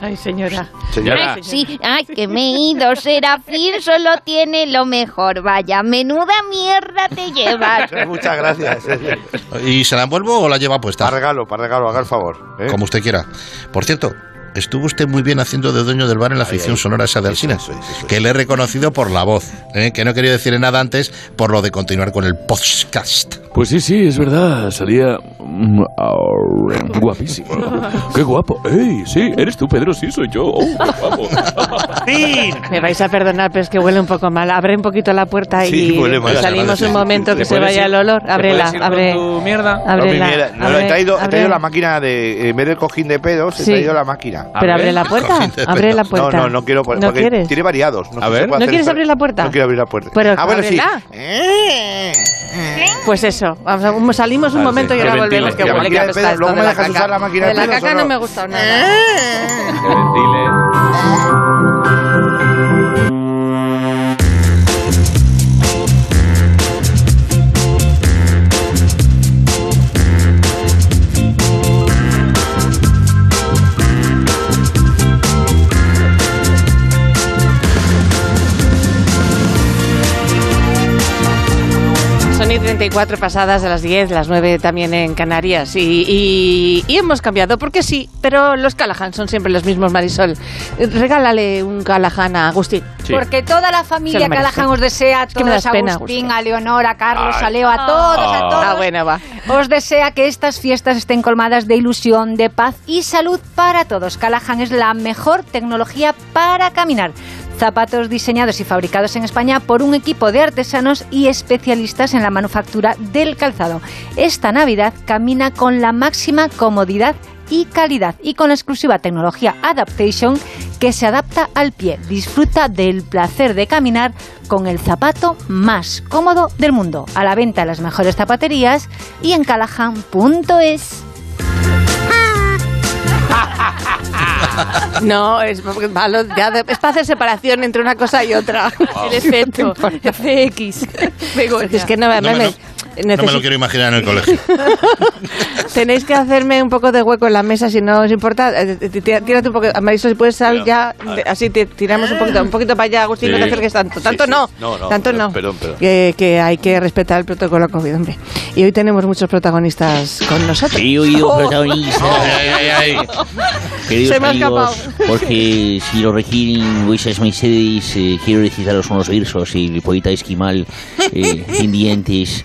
Speaker 13: Ay, señora.
Speaker 4: señora.
Speaker 13: Ay, sí, ay, que me he ido. Serafín solo tiene lo mejor. Vaya, menuda mierda te llevas.
Speaker 4: Muchas gracias. eh.
Speaker 6: ¿Y se la envuelvo o la lleva puesta?
Speaker 4: Para regalo, para regalo, haga el favor. ¿eh?
Speaker 6: Como usted quiera. Por cierto, estuvo usted muy bien haciendo de dueño del bar en la ficción sonora esa de Alsina, que le he reconocido por la voz, ¿eh? que no quería decir nada antes por lo de continuar con el podcast.
Speaker 7: Pues sí, sí, es verdad. Salía mm, ahora, guapísimo. Qué guapo. ¡Ey! Sí, eres tú, Pedro. Sí, soy yo. Oh, qué guapo.
Speaker 2: Me vais a perdonar, pero es que huele un poco mal. Abre un poquito la puerta y
Speaker 7: Sí, huele mal,
Speaker 2: salimos
Speaker 7: sí.
Speaker 2: un momento que
Speaker 7: ¿Te
Speaker 2: se
Speaker 7: puedes
Speaker 2: vaya
Speaker 7: ir?
Speaker 2: el olor.
Speaker 7: ¿Te
Speaker 2: Ábrela,
Speaker 7: puedes ir con
Speaker 2: abre.
Speaker 7: tu
Speaker 2: mierda?
Speaker 4: No, mi
Speaker 2: Ábrela,
Speaker 4: mierda, no,
Speaker 2: abre,
Speaker 4: he traído, he
Speaker 2: abre.
Speaker 4: traído la máquina de. En vez del cojín de pedos,
Speaker 2: Sí.
Speaker 4: he traído la máquina.
Speaker 2: Pero abre la puerta,
Speaker 4: Cojín de
Speaker 2: abre la
Speaker 4: pedos.
Speaker 2: puerta.
Speaker 4: No, no, no quiero.
Speaker 2: ¿No
Speaker 4: porque
Speaker 2: quieres?
Speaker 4: Tiene variados. No,
Speaker 2: A
Speaker 4: sé si se puede
Speaker 2: ver. ¿No
Speaker 4: hacer
Speaker 2: quieres
Speaker 4: esto.
Speaker 2: abrir la puerta?
Speaker 4: No quiero abrir la puerta.
Speaker 2: Pero
Speaker 4: ah, bueno, sí. Eh.
Speaker 2: ábrela. Pues eso, vamos a- un- salimos un
Speaker 4: Vale,
Speaker 2: momento y
Speaker 4: que
Speaker 2: ahora
Speaker 4: ventile.
Speaker 2: volvemos. Que
Speaker 4: La
Speaker 2: huele que
Speaker 4: máquina de
Speaker 2: apesta
Speaker 4: pedos,
Speaker 2: esto
Speaker 4: luego
Speaker 2: de
Speaker 4: me dejas
Speaker 2: caca.
Speaker 4: usar la máquina de
Speaker 2: De la
Speaker 4: pedos,
Speaker 2: caca
Speaker 4: ¿o
Speaker 2: no
Speaker 4: no? Eh.
Speaker 2: me gusta nada. Son y 34 pasadas de las 10, las 9 también en Canarias. Y, y- y hemos cambiado, porque sí, pero los Callahan son siempre los mismos, Marisol. Eh, Regálale un Callahan a Agustín.
Speaker 15: Porque toda la
Speaker 2: Se
Speaker 15: familia
Speaker 2: lo merece.
Speaker 15: Callahan os desea, a
Speaker 2: Es que me
Speaker 15: todos,
Speaker 2: das
Speaker 15: a
Speaker 2: pena,
Speaker 15: Agustín, a Leonor, a Carlos,
Speaker 2: Ay.
Speaker 15: a Leo, a todos, a
Speaker 2: Ah.
Speaker 15: todos.
Speaker 2: Ah, bueno, va.
Speaker 15: Os desea que estas fiestas estén colmadas de ilusión, de paz y salud para todos. Callahan es la mejor tecnología para caminar. Zapatos diseñados y fabricados en España por un equipo de artesanos y especialistas en la manufactura del calzado. Esta Navidad camina con la máxima comodidad y calidad y con la exclusiva tecnología Adaptation que se adapta al pie. Disfruta del placer de caminar con el zapato más cómodo del mundo. A la venta en las mejores zapaterías y en callahan.es.
Speaker 2: No, es malo, ya de- es para hacer separación entre una cosa y otra.
Speaker 6: Wow.
Speaker 2: El efecto, FX. Porque es que no, me,
Speaker 6: No me
Speaker 2: me-
Speaker 6: lo- No me
Speaker 2: necesito-
Speaker 6: lo quiero imaginar en el colegio.
Speaker 2: Tenéis que hacerme un poco de hueco en la mesa si no os importa. Eh, t- t- Tírate un poco. Marisol, si puedes sal ya. de- Así te tiramos un poquito, un poquito para allá, Agustín, no
Speaker 4: Sí.
Speaker 2: te acerques tanto.
Speaker 4: Sí,
Speaker 2: Tanto
Speaker 4: sí.
Speaker 2: no.
Speaker 4: No, no,
Speaker 2: Tanto
Speaker 4: perdón,
Speaker 2: no.
Speaker 4: perdón, perdón.
Speaker 2: Que, que hay que respetar el protocolo COVID, hombre. Y hoy tenemos muchos protagonistas con nosotros.
Speaker 16: Sí, hoy los protagonistas.
Speaker 6: Ay, ay, ay.
Speaker 16: Queridos
Speaker 2: Oh. Se me ha
Speaker 16: amigos,
Speaker 2: escapado.
Speaker 16: porque si lo requieren vuestras mercedes, eh, quiero recitaros unos versos el poeta esquimal eh, sin dientes,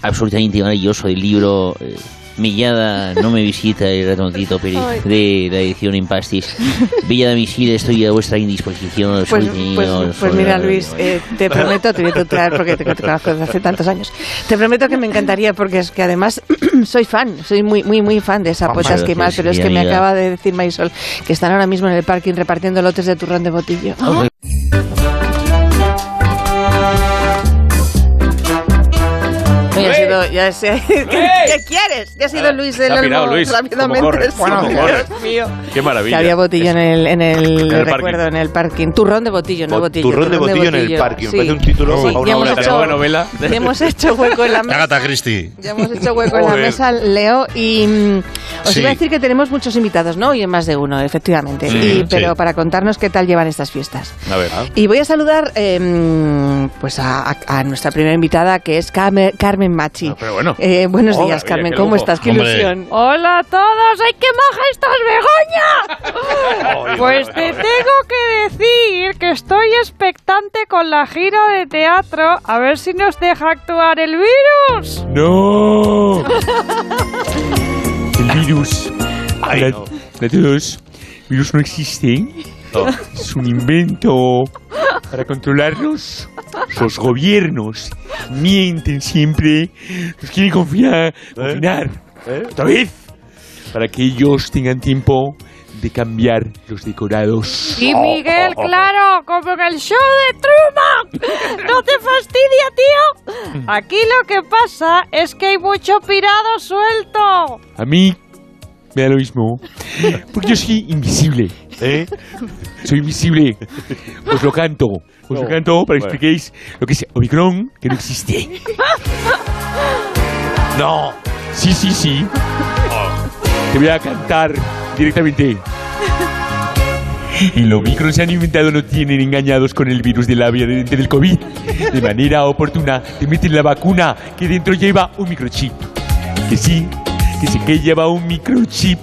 Speaker 16: absolutamente maravilloso del libro eh, Millada no me visita el ratoncito Pérez
Speaker 2: Ay.
Speaker 16: de la edición en pastis. Bellada visita, estoy a vuestra indisposición.
Speaker 2: Pues,
Speaker 16: soy
Speaker 2: pues-
Speaker 16: niño,
Speaker 2: pues
Speaker 16: soy-
Speaker 2: mira, Luis, eh, te prometo, te voy a tutear porque te, te conozco desde hace tantos años. Te prometo que me encantaría porque es que además soy fan, soy muy, muy, muy fan de esa
Speaker 16: Vamos,
Speaker 2: poeta
Speaker 16: gracias,
Speaker 2: esquimal, pero es
Speaker 16: mi
Speaker 2: que me
Speaker 16: amiga.
Speaker 2: acaba de decir Marisol que están ahora mismo en el parking repartiendo lotes de turrón de botillo. Oye, ha sido- ya sé. ¿Qué, qué quieres?
Speaker 17: Flores. Ya ha sido Luis
Speaker 14: se
Speaker 17: del
Speaker 14: ha pirado,
Speaker 17: Olmo
Speaker 14: Luis.
Speaker 17: rápidamente.
Speaker 14: ¿Cómo corres?
Speaker 17: Sí,
Speaker 14: ¿Cómo corres?
Speaker 17: Dios mío.
Speaker 14: Qué
Speaker 2: Que
Speaker 14: maravilla.
Speaker 2: había botillo en el, en el,
Speaker 14: En el
Speaker 2: recuerdo, en el parking. Turrón de botillo, no
Speaker 14: Bo-
Speaker 2: botillo.
Speaker 14: turrón de botillo en el parking,
Speaker 2: Sí.
Speaker 14: parece un título
Speaker 2: Sí,
Speaker 14: para una
Speaker 2: ya hemos
Speaker 14: obra de
Speaker 2: hecho-
Speaker 14: teatro. novela.
Speaker 2: ya hemos hecho hueco en la mesa.
Speaker 6: Agatha Christie.
Speaker 2: Ya hemos hecho hueco en la
Speaker 6: Joder.
Speaker 2: mesa, Leo, y mm, os
Speaker 6: Sí.
Speaker 2: iba a decir que tenemos muchos invitados, ¿no? Hoy en más de uno, efectivamente.
Speaker 6: Sí,
Speaker 2: Y- pero
Speaker 6: sí.
Speaker 2: para contarnos qué tal llevan estas fiestas.
Speaker 6: A ver.
Speaker 2: Y voy a saludar eh, pues a, a- a nuestra primera invitada, que es Carme- Carmen Machi.
Speaker 4: Ah,
Speaker 14: pero bueno.
Speaker 2: Eh, buenos
Speaker 14: Oh,
Speaker 2: días,
Speaker 14: maravilla,
Speaker 2: Carmen.
Speaker 14: qué
Speaker 2: ¿Cómo
Speaker 14: lujo.
Speaker 2: estás? Qué
Speaker 14: Hombre.
Speaker 2: ilusión.
Speaker 17: Hola a todos, ¡ay qué maja estás, Begoña! pues te tengo que decir que estoy expectante con la gira de teatro a ver si nos deja actuar el virus.
Speaker 7: ¡No! El virus. para, para todos, el virus no existe.
Speaker 18: No.
Speaker 7: Es un invento para controlarnos. Los gobiernos mienten siempre. Nos quieren confiar, confinar.
Speaker 18: ¿Eh?
Speaker 7: Otra vez. Para que ellos tengan tiempo de cambiar los decorados.
Speaker 17: Y
Speaker 7: oh,
Speaker 17: Miguel, claro, como en el show de Truman. ¿No te fastidia, tío? Aquí lo que pasa es que hay mucho pirado suelto.
Speaker 7: A mí me da lo mismo. Porque yo soy invisible.
Speaker 18: ¿Eh?
Speaker 7: Soy invisible. Os lo canto. Os lo
Speaker 18: No.
Speaker 7: canto para que
Speaker 18: Bueno.
Speaker 7: expliquéis lo que es Omicron, que no existe. No. Sí, sí, sí. Te voy a cantar directamente. El Omicron se han inventado, no tienen engañados con el virus de la variante del COVID. De manera oportuna, te meten la vacuna que dentro lleva un microchip. Que sí, que sí que lleva un microchip.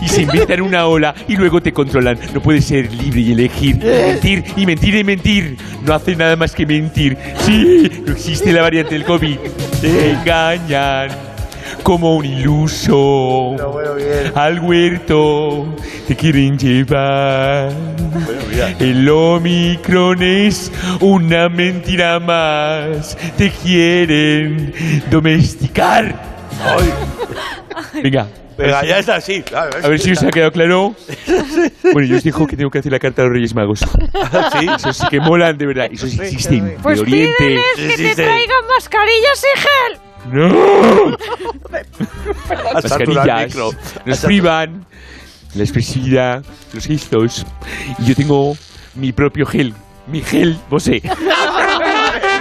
Speaker 7: Y se inventan una ola y luego te controlan. No puedes ser libre y elegir. Mentir y mentir y mentir. No hace nada más que mentir. Sí, no existe la variante del COVID. Te engañan. Como un iluso al huerto te quieren llevar. El Omicron es una mentira más. Te quieren domesticar. Venga.
Speaker 4: Venga,
Speaker 7: a ver
Speaker 4: ya
Speaker 7: si-
Speaker 4: es así. Claro, es
Speaker 7: A ver si
Speaker 4: que
Speaker 7: os ha
Speaker 4: está-
Speaker 7: quedado claro. Bueno, yo os dijo que tengo que hacer la carta a los Reyes Magos. ¿Sí? Eso sí que molan, de verdad. Eso sí existen.
Speaker 17: Pues
Speaker 7: de Oriente.
Speaker 17: pídeles que te traigan mascarillas y gel.
Speaker 7: ¡No!
Speaker 17: Perdón.
Speaker 4: Has saturado el
Speaker 7: mascarillas
Speaker 4: micro. Has
Speaker 7: nos
Speaker 4: saturado-
Speaker 7: privan la expresividad, los gestos. Y yo tengo mi propio gel, mi gel, no sé.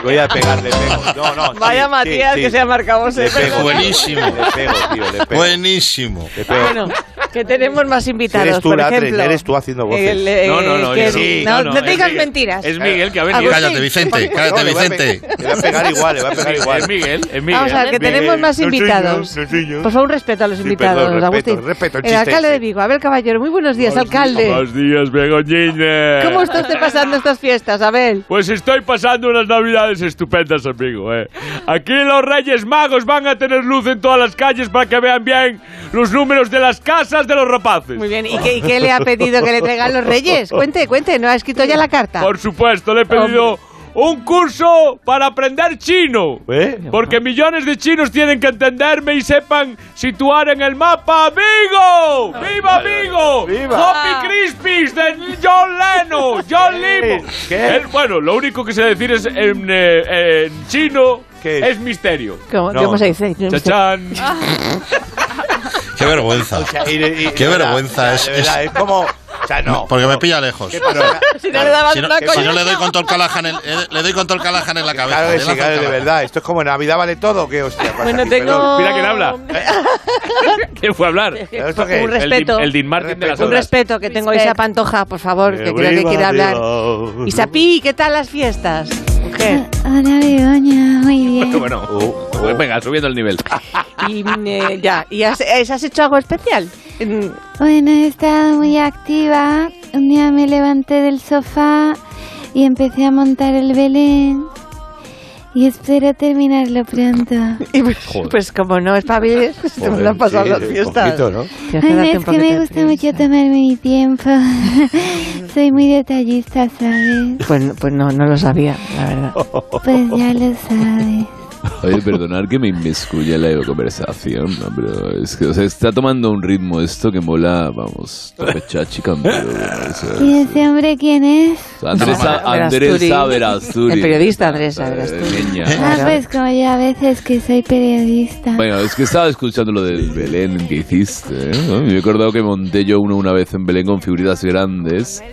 Speaker 4: Voy a pegarle, pego. No, no. sí,
Speaker 2: Vaya
Speaker 4: sí,
Speaker 2: Matías
Speaker 4: sí.
Speaker 2: que se ha marcado.
Speaker 4: Le pego, tío.
Speaker 6: Buenísimo.
Speaker 4: Le pego, tío, le pego.
Speaker 6: Buenísimo.
Speaker 4: Le pego.
Speaker 2: Ah, Bueno, que tenemos más invitados,
Speaker 4: Eres tú,
Speaker 2: por
Speaker 4: Latre,
Speaker 2: ejemplo.
Speaker 4: eres tú haciendo voces.
Speaker 2: El, eh,
Speaker 4: No, no, no,
Speaker 2: que-
Speaker 4: yo sí,
Speaker 2: no,
Speaker 4: no, no,
Speaker 2: no
Speaker 4: es
Speaker 2: digas
Speaker 4: Miguel.
Speaker 2: mentiras.
Speaker 4: Es Miguel que ha
Speaker 2: venido.
Speaker 6: Cállate, Vicente. Cállate, Vicente.
Speaker 4: Le voy a pegar igual, le voy a pegar igual. Es Miguel, es
Speaker 2: Vamos a ver, que tenemos más invitados. Por favor, respeto a los
Speaker 4: Sí,
Speaker 2: invitados,
Speaker 4: perdón, respeto,
Speaker 2: Agustín.
Speaker 4: respeto, el
Speaker 2: el
Speaker 4: chiste
Speaker 2: alcalde
Speaker 4: ese.
Speaker 2: de Vigo. Abel Caballero, muy buenos días, alcalde.
Speaker 19: Buenos días, Begoñina.
Speaker 2: ¿Cómo está usted pasando estas fiestas, Abel?
Speaker 19: Pues estoy pasando unas navidades estupendas, amigo. eh. Aquí los Reyes Magos van a tener luz en todas las calles para que vean bien los números de las casas de los rapaces.
Speaker 2: Muy bien, ¿y qué, y qué le ha pedido que le traigan los reyes? Cuente, cuente, ¿no ha escrito ya la carta?
Speaker 19: Por supuesto, le he pedido un curso para aprender chino.
Speaker 3: ¿Eh?
Speaker 19: Porque millones de chinos tienen que entenderme y sepan situar en el mapa a Vigo. ¡Viva Vigo! ¡Hoppy Crispis de John Leno! ¡John Limo!
Speaker 18: ¿Qué?
Speaker 19: El- bueno, lo único que sé decir es en, eh, en chino
Speaker 4: es?
Speaker 19: es misterio.
Speaker 2: ¿Cómo, cómo se dice?
Speaker 14: Ah.
Speaker 19: Chachán.
Speaker 6: Ah. Qué vergüenza. Qué vergüenza. Es,
Speaker 4: De verdad,
Speaker 6: es-
Speaker 4: es como. O
Speaker 6: Ah,
Speaker 4: sea, no.
Speaker 6: Porque me pilla lejos.
Speaker 4: Qué parodia.
Speaker 2: Si no le daban
Speaker 6: Si no,
Speaker 2: una
Speaker 6: si
Speaker 2: coñaza.
Speaker 6: no le doy con todo el Callahan en, eh, le doy con todo el Callahan en la cabeza.
Speaker 4: Claro que
Speaker 6: le
Speaker 4: sí,
Speaker 6: lanzo
Speaker 4: claro, de
Speaker 6: el
Speaker 4: verdad. Esto es como Navidad vale todo. ¿Qué hostia pasa
Speaker 2: Bueno,
Speaker 4: aquí?
Speaker 2: tengo-
Speaker 4: Perdón.
Speaker 2: Mira quién habla.
Speaker 19: ¿Quién fue a hablar?
Speaker 4: ¿Esto qué
Speaker 2: Un
Speaker 4: es?
Speaker 2: respeto.
Speaker 19: El Dean Martin de las
Speaker 2: Ah. Un
Speaker 19: obras.
Speaker 2: respeto que tengo a Isa Pantoja, por favor, que creo que quiere hablar. Isa Pi, ¿qué tal las fiestas? Mujer.
Speaker 8: Hola, Begoña, muy bien.
Speaker 19: Bueno,
Speaker 4: Uh,
Speaker 19: pues venga, subiendo el nivel.
Speaker 2: Y mm, eh, ya, ¿y has, eh, has hecho algo especial? Mm,
Speaker 8: Bueno, he estado muy activa. Un día me levanté del sofá y empecé a montar el Belén. Y espero terminarlo pronto.
Speaker 2: y pues, pues como no es para mí, se me lo han pasado
Speaker 4: sí,
Speaker 2: las
Speaker 4: un
Speaker 2: fiestas.
Speaker 4: poquito, ¿no?
Speaker 2: Tienes
Speaker 8: Ay,
Speaker 2: darte
Speaker 8: es
Speaker 2: un
Speaker 8: que me
Speaker 2: poquito de
Speaker 8: gusta mucho tomarme mi tiempo. Soy muy detallista, ¿sabes?
Speaker 2: Pues, pues no, no lo sabía, la verdad.
Speaker 8: Pues ya lo sabes.
Speaker 20: Oye, perdonad que me inmiscuya en la conversación, ¿no? pero es que o sea, está tomando un ritmo esto que mola, vamos, topechachi campero. ¿no? O sea,
Speaker 8: ¿Y ese hombre quién es?
Speaker 20: Andrés, Sa- Andrés Averasturi. Eh,
Speaker 2: El periodista Andrés Averasturi.
Speaker 20: Niña.
Speaker 8: Ah, pues como yo a veces que soy periodista.
Speaker 20: Bueno, es que estaba escuchando lo del Belén que hiciste. ¿eh? ¿No? Me he acordado que monté yo uno una vez en Belén con figuritas grandes,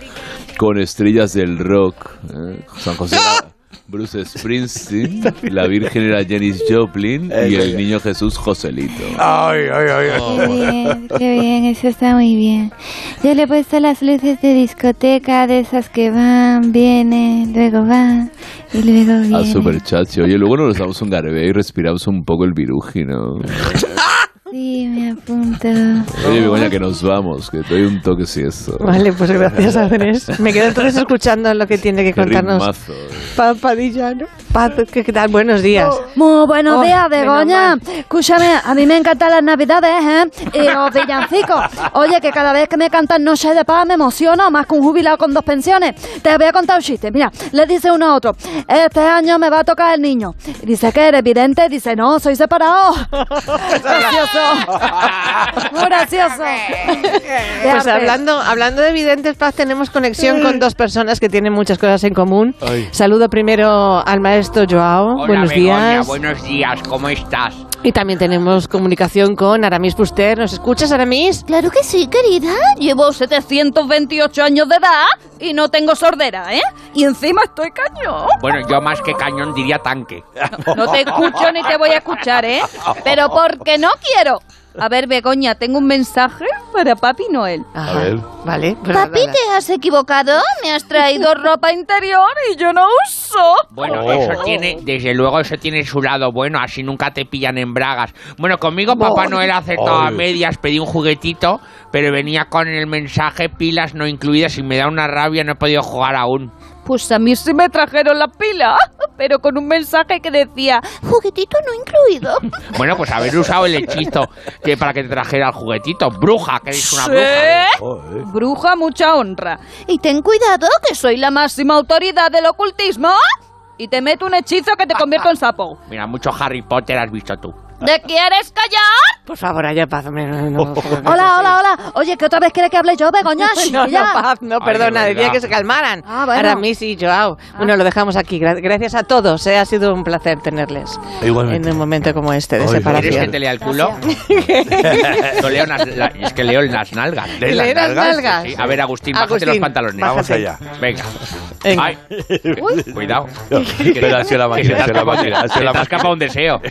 Speaker 20: con estrellas del rock. ¿eh? San José era Bruce Springsteen, la Virgen era Janis Joplin y el niño Jesús Joselito. Oh,
Speaker 4: Ay, ay, ay.
Speaker 8: Qué bien, qué bien, eso está muy bien. Yo le he puesto las luces de discoteca, de esas que van, vienen, luego van y luego
Speaker 20: Ah,
Speaker 8: vienen.
Speaker 20: super chacho. Oye, luego nos damos un garbeo y respiramos un poco el virúgino.
Speaker 8: Sí, me apunto.
Speaker 20: Oye, Begoña, que nos vamos, que te doy un toque si eso.
Speaker 2: Vale, pues gracias Andrés. Me quedo entonces escuchando lo que tiene que
Speaker 20: Qué
Speaker 2: contarnos
Speaker 20: ritmazo.
Speaker 2: Paz Padilla, ¿no? Paz, ¿qué qué tal? Buenos días.
Speaker 14: Muy buenos
Speaker 2: Oh,
Speaker 14: días,
Speaker 2: menos
Speaker 14: Begoña. Escúchame, a mí me encantan las navidades, ¿eh? Y los villancicos. Oye, que cada vez que me cantan Noche de Paz me emociono, más que un jubilado con dos pensiones. Te voy a contar un chiste. Mira, le dice uno a otro, este año me va a tocar el niño. Y dice que eres vidente, dice, no, soy separado. gracioso. Muy gracioso.
Speaker 2: Pues hablando, hablando de Videntes Paz, tenemos conexión con dos personas que tienen muchas cosas en común.
Speaker 21: Ay.
Speaker 2: Saludo primero al maestro Joao.
Speaker 21: Hola,
Speaker 2: Buenos
Speaker 21: Begoña,
Speaker 2: días.
Speaker 21: buenos días, ¿cómo estás?
Speaker 2: Y también tenemos comunicación con Aramis Fuster. ¿Nos escuchas, Aramis?
Speaker 5: Claro que sí, querida. Llevo 728 años de edad y no tengo sordera, ¿eh? Y encima estoy
Speaker 2: Oh.
Speaker 5: cañón.
Speaker 21: Bueno, yo más que cañón diría tanque.
Speaker 5: No te escucho ni te voy a escuchar, ¿eh? Pero porque no quiero. A ver, Begoña, tengo un mensaje para Papi Noel.
Speaker 2: A ver. Vale. pues
Speaker 5: Papi,
Speaker 2: nada.
Speaker 5: te has equivocado. Me has traído ropa interior y yo no uso.
Speaker 21: Bueno,
Speaker 5: Oh.
Speaker 21: eso tiene, desde luego, eso tiene su lado bueno, así nunca te pillan en bragas. Bueno, conmigo Papá
Speaker 7: Ay.
Speaker 21: Noel acertó a
Speaker 7: Ay.
Speaker 21: medias, pedí un juguetito, pero venía con el mensaje pilas no incluidas y me da una rabia, no he podido jugar aún.
Speaker 5: Pues a mí sí me trajeron la pila, pero con un mensaje que decía, juguetito no incluido.
Speaker 21: Bueno, pues haber usado el hechizo que para que te trajera el juguetito. Bruja, que eres una
Speaker 5: Sí.
Speaker 21: bruja.
Speaker 5: Bruja, mucha honra. Y ten cuidado, que soy la máxima autoridad del ocultismo. Y te meto un hechizo que te convierto en sapo.
Speaker 21: Mira, mucho Harry Potter has visto tú.
Speaker 5: ¿Te quieres callar?
Speaker 2: Por favor, allá paz. hombre, no, no, no.
Speaker 14: Hola, hola, hola. Oye, que otra vez quiere que hable yo, Begoña.
Speaker 2: No, no,
Speaker 14: chiquilla.
Speaker 2: Paz, no, perdona, decía que se calmaran.
Speaker 14: Ah, bueno.
Speaker 2: Aramis y Joao. Bueno, lo dejamos aquí. Gra- Gracias a todos. eh, Ha sido un placer tenerles.
Speaker 21: Igualmente.
Speaker 2: En un momento como este de
Speaker 21: ¿Quieres que
Speaker 2: separación.
Speaker 21: te lea el culo? No, leo nas- la- es que leo las nalgas.
Speaker 2: ¿Lees las ¿Lees las nalgas? nalgas?
Speaker 21: Sí, sí. A ver, Agustín, bájate
Speaker 2: Agustín,
Speaker 21: los pantalones.
Speaker 2: Vamos bájate. allá.
Speaker 21: Venga.
Speaker 2: Venga.
Speaker 21: Ay. Cuidado.
Speaker 4: Pero ha sido la máquina,
Speaker 21: Que se te
Speaker 4: ha sido la máquina, ha
Speaker 21: escapa-
Speaker 4: sido
Speaker 21: se te
Speaker 4: la
Speaker 21: ha
Speaker 4: máquina.
Speaker 21: escapado un deseo.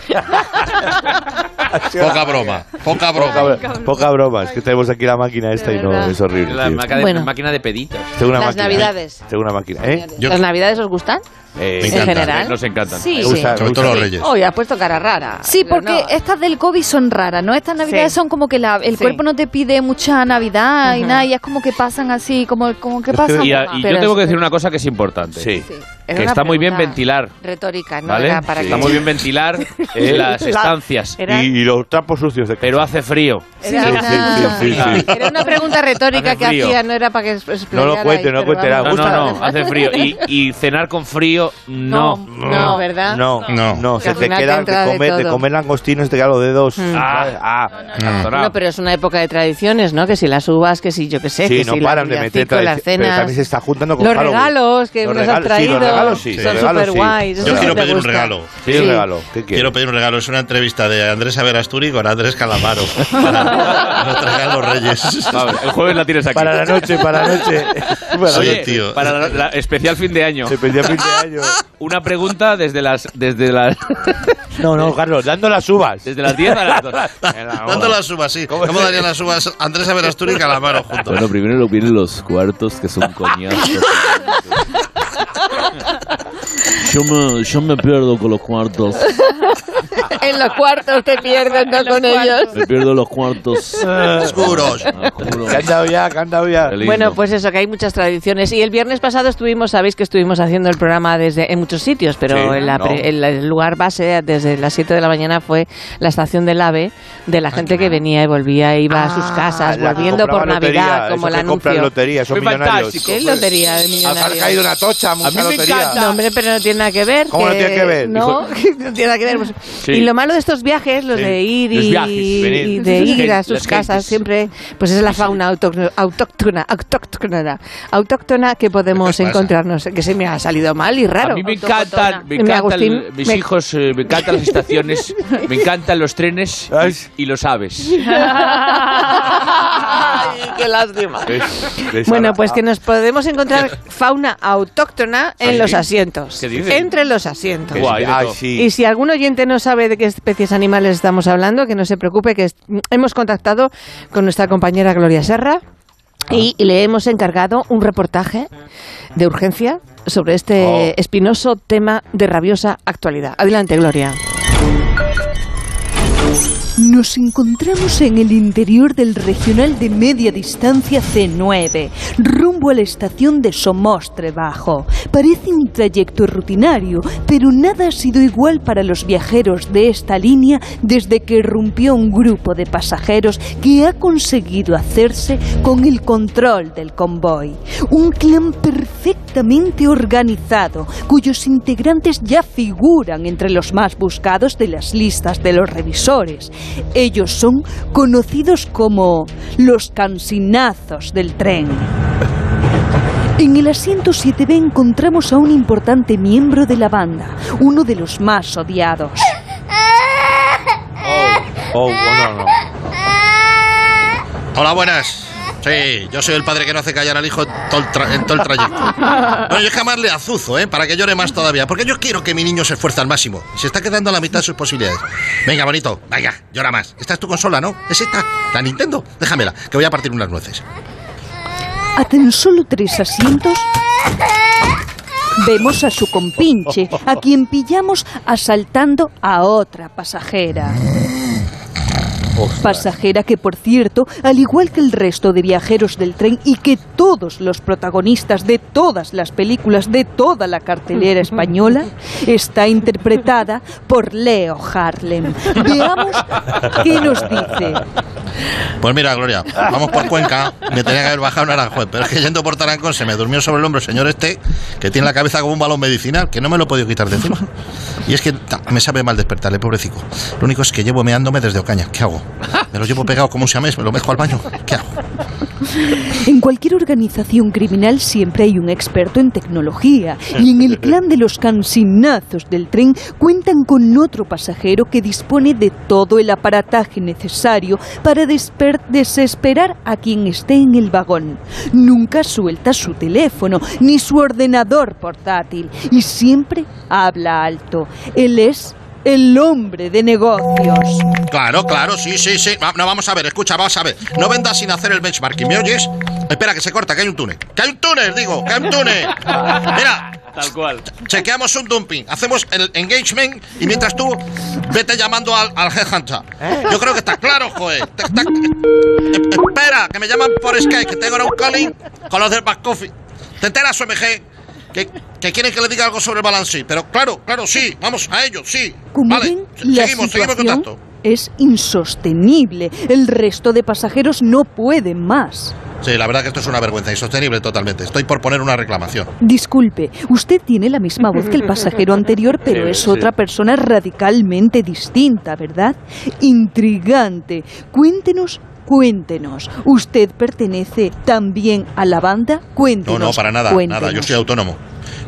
Speaker 6: Poca broma, poca
Speaker 4: Poca,
Speaker 6: broma.
Speaker 4: bro- poca broma, es que tenemos aquí la máquina esta y no,
Speaker 2: verdad.
Speaker 4: es horrible.
Speaker 21: La
Speaker 4: tío.
Speaker 21: máquina de, máquina de peditos.
Speaker 4: Tengo una
Speaker 2: Las
Speaker 4: máquina. ¿eh?
Speaker 2: navidades.
Speaker 4: Tengo una máquina, ¿eh?
Speaker 2: ¿Las navidades os gustan?
Speaker 4: Eh, sí.
Speaker 2: Me encantan, ¿En general? nos
Speaker 21: encantan.
Speaker 2: Sí,
Speaker 4: Me
Speaker 2: sí.
Speaker 4: gusta-
Speaker 2: Sobre
Speaker 4: me
Speaker 2: todo
Speaker 4: gusta.
Speaker 2: los reyes. Hoy has puesto cara rara.
Speaker 14: Sí,
Speaker 2: Pero
Speaker 14: porque
Speaker 2: no.
Speaker 14: estas del COVID son raras, ¿no? Estas navidades
Speaker 2: Sí.
Speaker 14: son como que la- el
Speaker 2: Sí.
Speaker 14: cuerpo no te pide mucha navidad y nada, y es como que pasan así, como, como que pasan.
Speaker 3: Y, a-
Speaker 14: por
Speaker 3: y
Speaker 14: más.
Speaker 3: yo tengo que decir una cosa que es importante.
Speaker 14: Es
Speaker 3: Que
Speaker 14: una
Speaker 3: está muy bien
Speaker 14: pregunta
Speaker 3: ventilar.
Speaker 2: Retórica, ¿no?
Speaker 3: ¿Vale?
Speaker 2: Era para
Speaker 3: Está
Speaker 2: que-
Speaker 3: muy bien ventilar
Speaker 4: Eh,
Speaker 3: las estancias.
Speaker 2: Era- Y-
Speaker 4: los trapos sucios de
Speaker 3: Pero hace frío.
Speaker 2: Era Sí, una- sí,
Speaker 21: Ah.
Speaker 2: Era una pregunta retórica
Speaker 3: Hace
Speaker 2: que
Speaker 3: frío.
Speaker 2: hacía, no era para que es- explayara ahí, pero
Speaker 4: era
Speaker 3: No,
Speaker 4: gusta.
Speaker 3: no, no, hace frío. Y, y cenar con frío, no.
Speaker 2: No, no, ¿verdad?
Speaker 4: No, no, no, se
Speaker 2: Al
Speaker 4: te
Speaker 2: final te
Speaker 4: queda
Speaker 2: entra
Speaker 4: de
Speaker 2: de
Speaker 4: comer, de
Speaker 2: todo.
Speaker 4: comer langostinos te quedan los dedos.
Speaker 2: Mm.
Speaker 4: Ah, ah,
Speaker 2: vamos. No, pero es una época de tradiciones, ¿no? Que si las uvas, que si yo qué sé,
Speaker 4: Sí,
Speaker 2: que
Speaker 4: no
Speaker 2: si
Speaker 4: paran de
Speaker 2: la
Speaker 4: meter
Speaker 2: las
Speaker 4: tradici- pero
Speaker 2: cenas.
Speaker 4: también se está juntando con
Speaker 2: Los
Speaker 4: pues Halloween.
Speaker 2: regalos que
Speaker 4: Los
Speaker 2: nos has
Speaker 4: regalos, sí,
Speaker 2: traído
Speaker 4: los regalos sí.
Speaker 2: son
Speaker 4: Los regalos
Speaker 2: súper
Speaker 4: sí.
Speaker 2: guays.
Speaker 4: Yo
Speaker 2: eso
Speaker 6: Yo
Speaker 2: sí
Speaker 6: quiero
Speaker 2: te
Speaker 6: pedir un
Speaker 2: gusta.
Speaker 6: regalo.
Speaker 4: Sí, un Sí. regalo.
Speaker 6: Quiero pedir un regalo. Es una entrevista de Andrés Averasturi con Andrés Calamaro. Para nos traigan los Reyes.
Speaker 3: A ver, el jueves la tienes aquí.
Speaker 6: Para la noche, para la noche. Para la
Speaker 3: Oye,
Speaker 6: noche, tío.
Speaker 3: Para la, la- especial fin de año.
Speaker 4: Especial fin de año.
Speaker 3: Una pregunta desde las. Desde las
Speaker 4: No, no, Carlos, dando las uvas.
Speaker 3: Desde las 10 a las 2.
Speaker 6: Dando las uvas, sí. ¿Cómo, darían las uvas Andrés Averasturi y Calamaro juntos?
Speaker 20: Bueno, primero lo vienen los cuartos, que son coñazos. Yo me, yo me pierdo con los cuartos.
Speaker 22: en los cuartos te pierdes, no con ellos.
Speaker 20: Me pierdo los cuartos
Speaker 6: oscuros.
Speaker 4: Que han dado ya, que han dado ya.
Speaker 2: Bueno, pues eso, que hay muchas tradiciones. Y el viernes pasado estuvimos, sabéis que estuvimos haciendo el programa desde en muchos sitios, pero
Speaker 1: Sí,
Speaker 4: Ah,
Speaker 2: en la
Speaker 1: no.
Speaker 2: pre- en la- el lugar base desde las 7 de la mañana fue la estación del AVE, de
Speaker 4: Ah,
Speaker 2: la gente que venía y volvía, iba a sus casas,
Speaker 4: la que
Speaker 2: volviendo
Speaker 4: compraba
Speaker 2: por
Speaker 4: lotería,
Speaker 2: Navidad,
Speaker 4: esos
Speaker 2: como el
Speaker 4: que compran
Speaker 2: anuncio.
Speaker 4: lotería, esos Muy millonarios. fantástico,
Speaker 2: ¿Qué
Speaker 4: pues.
Speaker 2: lotería de millonarios?
Speaker 4: Habrá caído una tocha, mucha lotería.
Speaker 2: No, hombre, pero no tiene nada que ver.
Speaker 4: ¿Cómo no tiene que ver?
Speaker 2: No, no tiene nada que ver. pues.
Speaker 4: Sí.
Speaker 2: Y lo malo de estos viajes, los
Speaker 4: Sí.
Speaker 2: de ir
Speaker 4: Los
Speaker 2: y,
Speaker 4: viajes, venir.
Speaker 2: y de
Speaker 4: Las
Speaker 2: ir a
Speaker 4: gentes,
Speaker 2: sus
Speaker 4: las
Speaker 2: casas
Speaker 4: gentes.
Speaker 2: siempre, pues es la fauna autóctono- autóctona, autóctona, autóctona que podemos encontrarnos, que se me ha salido mal y raro.
Speaker 3: A mí me encantan, me
Speaker 2: Me
Speaker 3: encantan
Speaker 2: Agustín,
Speaker 3: el- mis
Speaker 2: me-
Speaker 3: hijos, eh, me encantan las estaciones, me encantan los trenes y, y los aves.
Speaker 2: Ay, qué lástima. Bueno, pues que nos podemos encontrar fauna autóctona en
Speaker 3: ¿Ah,
Speaker 2: los
Speaker 3: sí?
Speaker 2: asientos.
Speaker 3: ¿Qué dices?
Speaker 2: Entre los asientos.
Speaker 3: Qué guay, de Ay, todo. sí.
Speaker 2: Y si algún oyente no sabe de qué especies animales estamos hablando, que no se preocupe, que es- hemos contactado con nuestra compañera Gloria Serra y le hemos encargado un reportaje de urgencia sobre este espinoso tema de rabiosa actualidad. Adelante, Gloria.
Speaker 10: Nos encontramos en el interior del regional de media distancia C9, rumbo a la estación de Somostre Bajo. Parece un trayecto rutinario, pero nada ha sido igual para los viajeros de esta línea desde que irrumpió un grupo de pasajeros que ha conseguido hacerse con el control del convoy. Un clan perfectamente organizado, cuyos integrantes ya figuran entre los más buscados de las listas de los revisores. Ellos son conocidos como los cansinazos del tren. En el asiento 7B encontramos a un importante miembro de la banda, uno de los más odiados.
Speaker 4: Oh, bueno, no.
Speaker 6: Hola, buenas. Sí, yo soy el padre que no hace callar al hijo en todo el, tra- en todo el trayecto. Bueno, yo es que amarle azuzo, ¿eh? Para que llore más todavía. Porque yo quiero que mi niño se esfuerce al máximo. Y se está quedando a la mitad de sus posibilidades. Venga, bonito. Venga, llora más. Esta es tu consola, ¿no? Es esta. La Nintendo. Déjamela, que voy a partir unas nueces.
Speaker 10: A tan solo tres asientos vemos a su compinche, a quien pillamos asaltando a otra pasajera. Pasajera que, por cierto, al igual que el resto de viajeros del tren y que todos los protagonistas de todas las películas de toda la cartelera española, está interpretada por Leo Harlem. Veamos qué nos dice.
Speaker 6: Pues mira, Gloria, vamos por Cuenca. Me tenía que haber bajado en Aranjuez, pero es que yendo por Tarancón se me durmió sobre el hombro el señor este, que tiene la cabeza como un balón medicinal, que no me lo he podido quitar de encima. Y es que ta, me sabe mal despertarle, pobrecito. Lo único es que llevo meándome desde Ocaña. ¿Qué hago? Me lo llevo pegado como un siamés, me lo mezco al baño. ¿Qué hago?
Speaker 10: En cualquier organización criminal siempre hay un experto en tecnología y en el clan de los cansinazos del tren cuentan con otro pasajero que dispone de todo el aparataje necesario para desper- desesperar a quien esté en el vagón. Nunca suelta su teléfono ni su ordenador portátil y siempre habla alto. Él es el hombre de negocios.
Speaker 6: Claro, claro, sí, sí, sí. Va- No, vamos a ver, escucha, vamos a ver. No vendas sin hacer el benchmarking, ¿me oyes? Espera, que se corta, que hay un túnel. ¡Que hay un túnel, digo! ¡Que hay un túnel! Mira. Tal cual. Chequeamos un dumping, hacemos el engagement y mientras tú vete llamando al, al headhunter. Yo creo que está claro, joder. Está- está- Eh, espera, que me llaman por Skype, que tengo ahora un calling con los del back coffee. ¿Te enteras, OMG? Que, que quieren que le diga algo sobre el balance, sí. Pero claro, claro, sí. Vamos a ello, sí.
Speaker 10: Como
Speaker 6: Vale,
Speaker 10: ven,
Speaker 6: se- seguimos,
Speaker 10: la
Speaker 6: seguimos en
Speaker 10: situación
Speaker 6: contacto.
Speaker 10: es insostenible. El resto de pasajeros no pueden más.
Speaker 6: Sí, la verdad que esto es una vergüenza insostenible totalmente. Estoy por poner una reclamación.
Speaker 10: Disculpe, usted tiene la misma voz que el pasajero anterior, pero
Speaker 6: Sí,
Speaker 10: es
Speaker 6: sí.
Speaker 10: otra persona radicalmente distinta, ¿verdad? Intrigante. Cuéntenos, cuéntenos. ¿Usted pertenece también a la banda?
Speaker 6: No,
Speaker 10: Cuéntenos.
Speaker 6: no, para nada,
Speaker 10: cuéntenos.
Speaker 6: nada. Yo soy autónomo.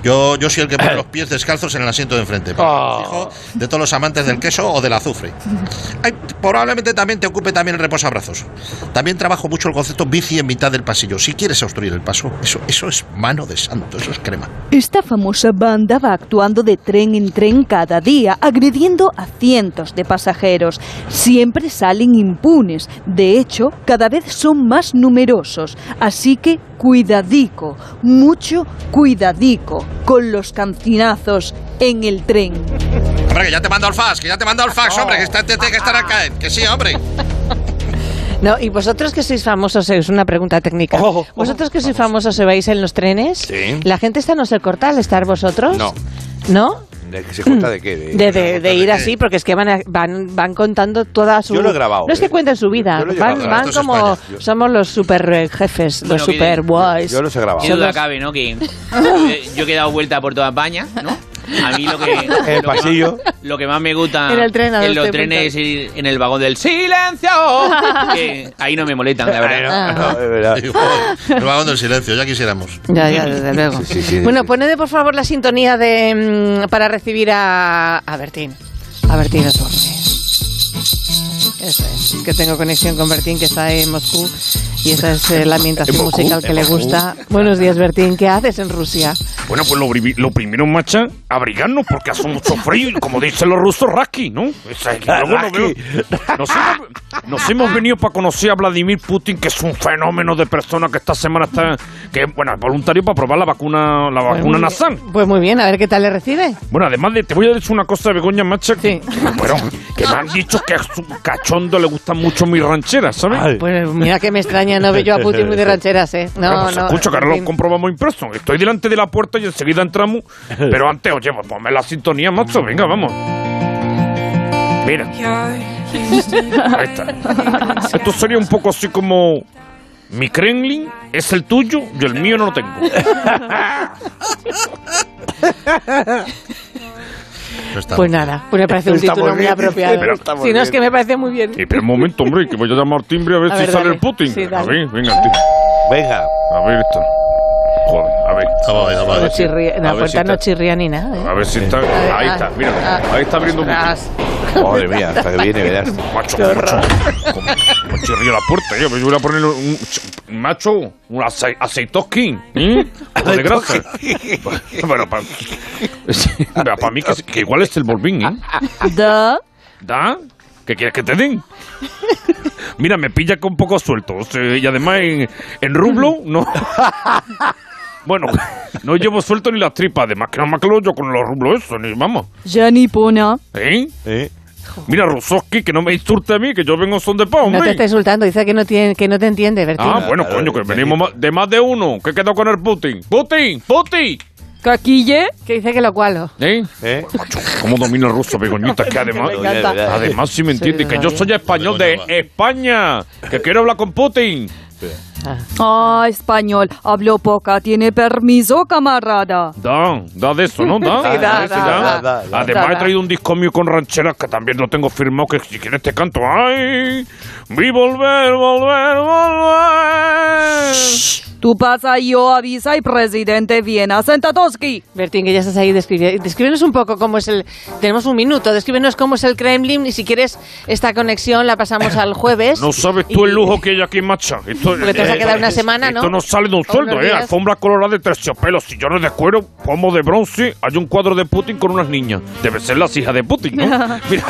Speaker 6: Yo, yo soy el que pone los pies descalzos en el asiento de enfrente. para que los hijos de todos los amantes del queso o del azufre. Ay, probablemente también te ocupe también el reposabrazos. También trabajo mucho el concepto bici en mitad del pasillo. Si quieres obstruir el paso, eso, eso es mano de santo, eso es crema.
Speaker 10: Esta famosa banda va actuando de tren en tren cada día, agrediendo a cientos de pasajeros. Siempre salen impunes. De hecho, cada vez son más numerosos. Así que cuidadico, mucho cuidadico con los cancinazos en el tren.
Speaker 6: Hombre, que ya te mando al fax, que ya te mando al fax, hombre, que está, tiene que estar acá. Que sí, hombre.
Speaker 2: No, y vosotros que sois famosos, es una pregunta técnica. ¿Vosotros que sois famosos se vais en los trenes?
Speaker 4: Sí.
Speaker 2: ¿La gente está no sé cortal estar vosotros?
Speaker 4: No.
Speaker 2: ¿No?
Speaker 4: ¿De que se cuenta de qué?
Speaker 2: De, de- de ir así, porque es que van, a- van, van contando toda su...
Speaker 4: Yo lo he grabado. ¿eh?
Speaker 2: No es que cuenten su vida,
Speaker 4: Yo lo he
Speaker 2: van,
Speaker 4: grabado.
Speaker 2: van
Speaker 4: Esto es
Speaker 2: como...
Speaker 4: España. Yo-
Speaker 2: Somos los super eh, jefes, los
Speaker 23: Bueno, que
Speaker 2: super
Speaker 23: de-
Speaker 2: boys.
Speaker 4: yo los he grabado.
Speaker 23: Qué
Speaker 2: Son
Speaker 23: duda
Speaker 2: los-
Speaker 23: cabe, ¿no? Que eh, yo que he dado vuelta por toda España, ¿no? A mí lo que,
Speaker 4: El
Speaker 23: lo que más-
Speaker 4: pasillo.
Speaker 23: lo que más me gusta
Speaker 2: En el tren, a
Speaker 23: en
Speaker 2: los
Speaker 23: los
Speaker 2: te
Speaker 23: trenes es ir en el vagón del silencio. que ahí no me molestan, la
Speaker 2: Ah.
Speaker 23: verdad.
Speaker 6: El vagón del silencio, ya quisiéramos.
Speaker 2: Ya, ya, desde luego. Bueno, poned por favor la sintonía de mm, para recibir a, a Bertín. A Bertín Osborne. Eso es, que tengo conexión con Bertín, que está en Moscú, y esa es eh, la ambientación
Speaker 19: ¿En Moscú?
Speaker 2: musical que
Speaker 19: ¿En
Speaker 2: le
Speaker 19: Moscú?
Speaker 2: gusta. Buenos días, Bertín, ¿qué haces en Rusia?
Speaker 19: Bueno, pues lo, privi- lo primero, macha, abrigarnos porque hace mucho frío y como dicen los rusos, rasky, ¿no? Es que luego no veo- Nos, hemos, nos hemos venido para conocer a Vladimir Putin, que es un fenómeno de persona que esta semana está, que bueno, es voluntario para probar la vacuna, la vacuna Nazan.
Speaker 2: Pues muy bien, a ver qué tal le recibe.
Speaker 19: Bueno, además de, te voy a decir una cosa, Begoña Macha, que, bueno, que me han dicho que a su cachondo le gustan mucho mis rancheras, ¿sabes?
Speaker 2: Pues mira que me extraña, no veo yo a Putin muy de rancheras, ¿eh?
Speaker 19: Bueno,
Speaker 2: No,
Speaker 19: pues
Speaker 2: no.
Speaker 19: Escucha, que ahora
Speaker 2: Bertín.
Speaker 19: lo comprobamos impreso. Estoy delante de la puerta y enseguida entramos. Pero antes, oye, pues ponme la sintonía, macho. Venga, vamos. Mira. Ahí
Speaker 14: tá.
Speaker 19: está. Esto sería un poco así como... Mi Kremlin es el tuyo, yo el mío no lo tengo.
Speaker 2: Pues nada, pues me parece un
Speaker 19: Está muy
Speaker 2: título muy
Speaker 19: bien.
Speaker 2: apropiado.
Speaker 19: Pero está muy
Speaker 2: Si no, es
Speaker 19: bien.
Speaker 2: que me parece muy bien.
Speaker 19: Eh, pero un momento, hombre, que voy a llamar al timbre a ver
Speaker 2: A
Speaker 19: si
Speaker 2: ver,
Speaker 19: sale
Speaker 2: dale.
Speaker 19: el Putin.
Speaker 2: Sí,
Speaker 19: a
Speaker 2: dale.
Speaker 19: ver, venga, el timbre.
Speaker 4: Venga.
Speaker 19: A ver esto. Joder, a ver.
Speaker 2: No chirría-
Speaker 19: A ver
Speaker 2: la puerta
Speaker 19: si está-
Speaker 2: no chirría ni nada, ¿eh?
Speaker 19: A ver si está.
Speaker 2: ver,
Speaker 19: Ahí
Speaker 2: ah,
Speaker 19: está, míralo.
Speaker 2: ah.
Speaker 19: Ahí está abriendo un
Speaker 2: Ostras.
Speaker 4: Madre mía, hasta que viene, verás.
Speaker 19: Macho, macho. Como chirría la puerta, yo me voy a poner un. un- Macho, un ace aceitoski. ¿eh? Algo De grasa. Bueno, para. Mira, para mí que, que igual es el volvín, ¿eh?
Speaker 2: Da.
Speaker 19: ¿Da? ¿Qué quieres que te den? Mira, me pilla con poco suelto. o sea, y además en, en rublo, no. Bueno, no llevo suelto ni las tripas. Además, que no me aclaro yo con los rublos eso, ni vamos.
Speaker 17: Ya ni pona.
Speaker 19: ¿Eh? Mira, Rososki, que no me insulte a mí, que yo vengo son de paz, hombre.
Speaker 2: No te está insultando, dice que no, tiene, que no te entiende, Bertín.
Speaker 19: Oh, Ah, bueno, coño, que venimos ma- de más de uno. ¿Qué quedó con el Putin? ¡Putin! ¡Putin!
Speaker 2: ¿Caquille? Que dice que lo cualo.
Speaker 19: ¿Eh? Bueno, macho, ¿Cómo domina el ruso, Begoñita? Que además,
Speaker 2: Me encanta.
Speaker 19: además si me
Speaker 2: Sí,
Speaker 19: entiende, que yo
Speaker 2: Begoña.
Speaker 19: soy español de España, que quiero hablar con Putin.
Speaker 17: Ah, español. Habló poca. Tiene permiso, camarada.
Speaker 19: Da, da de eso, ¿no? Da.
Speaker 17: Sí, da, da,
Speaker 19: Sí,
Speaker 17: da, da, da.
Speaker 19: Además,
Speaker 17: Da,
Speaker 19: he
Speaker 17: da.
Speaker 19: traído un disco mío con rancheras que también lo tengo firmado. Que si quieres te canto. ¡Ay! Vi volver, volver,
Speaker 2: Ah.
Speaker 19: volver.
Speaker 17: Tú pasa, yo avisa y presidente Viena. Sentatoski.
Speaker 2: Bertín, que ya estás ahí, describe- descríbenos un poco cómo es el... Tenemos un minuto, descríbenos cómo es el Kremlin y si quieres esta conexión la pasamos al jueves.
Speaker 19: No sabes tú el lujo que hay aquí, macha. Esto, Eh,
Speaker 2: Porque te vas a quedar una semana, ¿no?
Speaker 19: Esto no sale de un
Speaker 2: O unos
Speaker 19: sueldo, ¿eh?
Speaker 2: días.
Speaker 19: Alfombra colorada de terciopelo, sillones de cuero, pomo de bronce. Hay un cuadro de Putin con unas niñas. Debe ser las hijas de Putin, ¿no? Mira.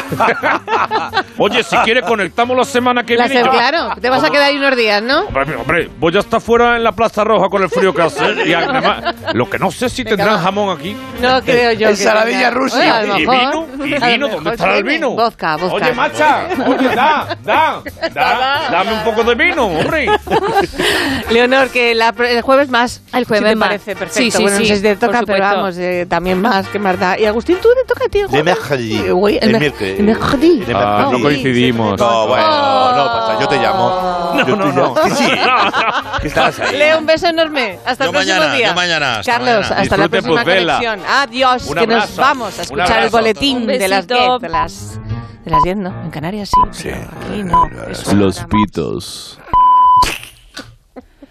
Speaker 19: Oye, si quieres, conectamos la semana que
Speaker 2: La
Speaker 19: viene.
Speaker 2: se-
Speaker 19: y yo-
Speaker 2: claro, te
Speaker 19: Ah.
Speaker 2: vas a quedar ahí unos días, ¿no?
Speaker 19: Hombre, hombre, voy a estar fuera en la Plaza Roja con el frío que hace. Y además, lo que no sé si tendrán jamón aquí.
Speaker 2: No creo yo. que
Speaker 19: Ensaladilla
Speaker 2: tenga-
Speaker 19: rusa.
Speaker 2: Bueno, a lo
Speaker 19: ¿Y
Speaker 2: mejor.
Speaker 19: vino? ¿Y
Speaker 2: A lo
Speaker 19: vino?
Speaker 2: mejor
Speaker 19: ¿Dónde estará el
Speaker 2: tiene.
Speaker 19: vino?
Speaker 2: Vodka, vodka.
Speaker 19: Oye, macha, oye, da, da, da, dame un poco de vino, hombre.
Speaker 2: Leonor, que la pr- el jueves más. El
Speaker 15: jueves
Speaker 2: te
Speaker 15: más.
Speaker 2: parece perfecto.
Speaker 15: Sí, sí,
Speaker 2: bueno, no
Speaker 15: sí,
Speaker 2: sé si te
Speaker 15: por
Speaker 2: toca, pero
Speaker 15: supuesto.
Speaker 2: vamos, eh, también más, que más da. Y Agustín, tú te toca a ti el
Speaker 4: De
Speaker 2: jueves.
Speaker 4: mercredi.
Speaker 2: Eh, güey, el
Speaker 4: De
Speaker 2: mer-
Speaker 4: mercredi.
Speaker 2: el mercredi.
Speaker 19: Ah,
Speaker 4: De
Speaker 6: Ah,
Speaker 4: mercredi.
Speaker 7: no coincidimos.
Speaker 4: No, bueno, no pasa, yo te llamo. No, no, no. Sí, sí. ¿Qué estás ahí?
Speaker 2: Leo, un beso enorme. Hasta el
Speaker 4: Yo
Speaker 2: próximo
Speaker 4: mañana,
Speaker 2: día.
Speaker 4: yo mañana, hasta
Speaker 2: Carlos,
Speaker 4: mañana.
Speaker 2: hasta la
Speaker 4: Disfrute,
Speaker 2: próxima
Speaker 4: pues, vela.
Speaker 2: conexión. Adiós,
Speaker 4: Un
Speaker 2: que nos
Speaker 4: abrazo.
Speaker 2: vamos a
Speaker 4: Un
Speaker 2: escuchar el
Speaker 4: abrazo.
Speaker 2: boletín
Speaker 4: Un
Speaker 2: de las 10.
Speaker 4: besito.
Speaker 2: De las, de las 10, ¿no? En Canarias sí. pero aquí no.
Speaker 20: Los pitos.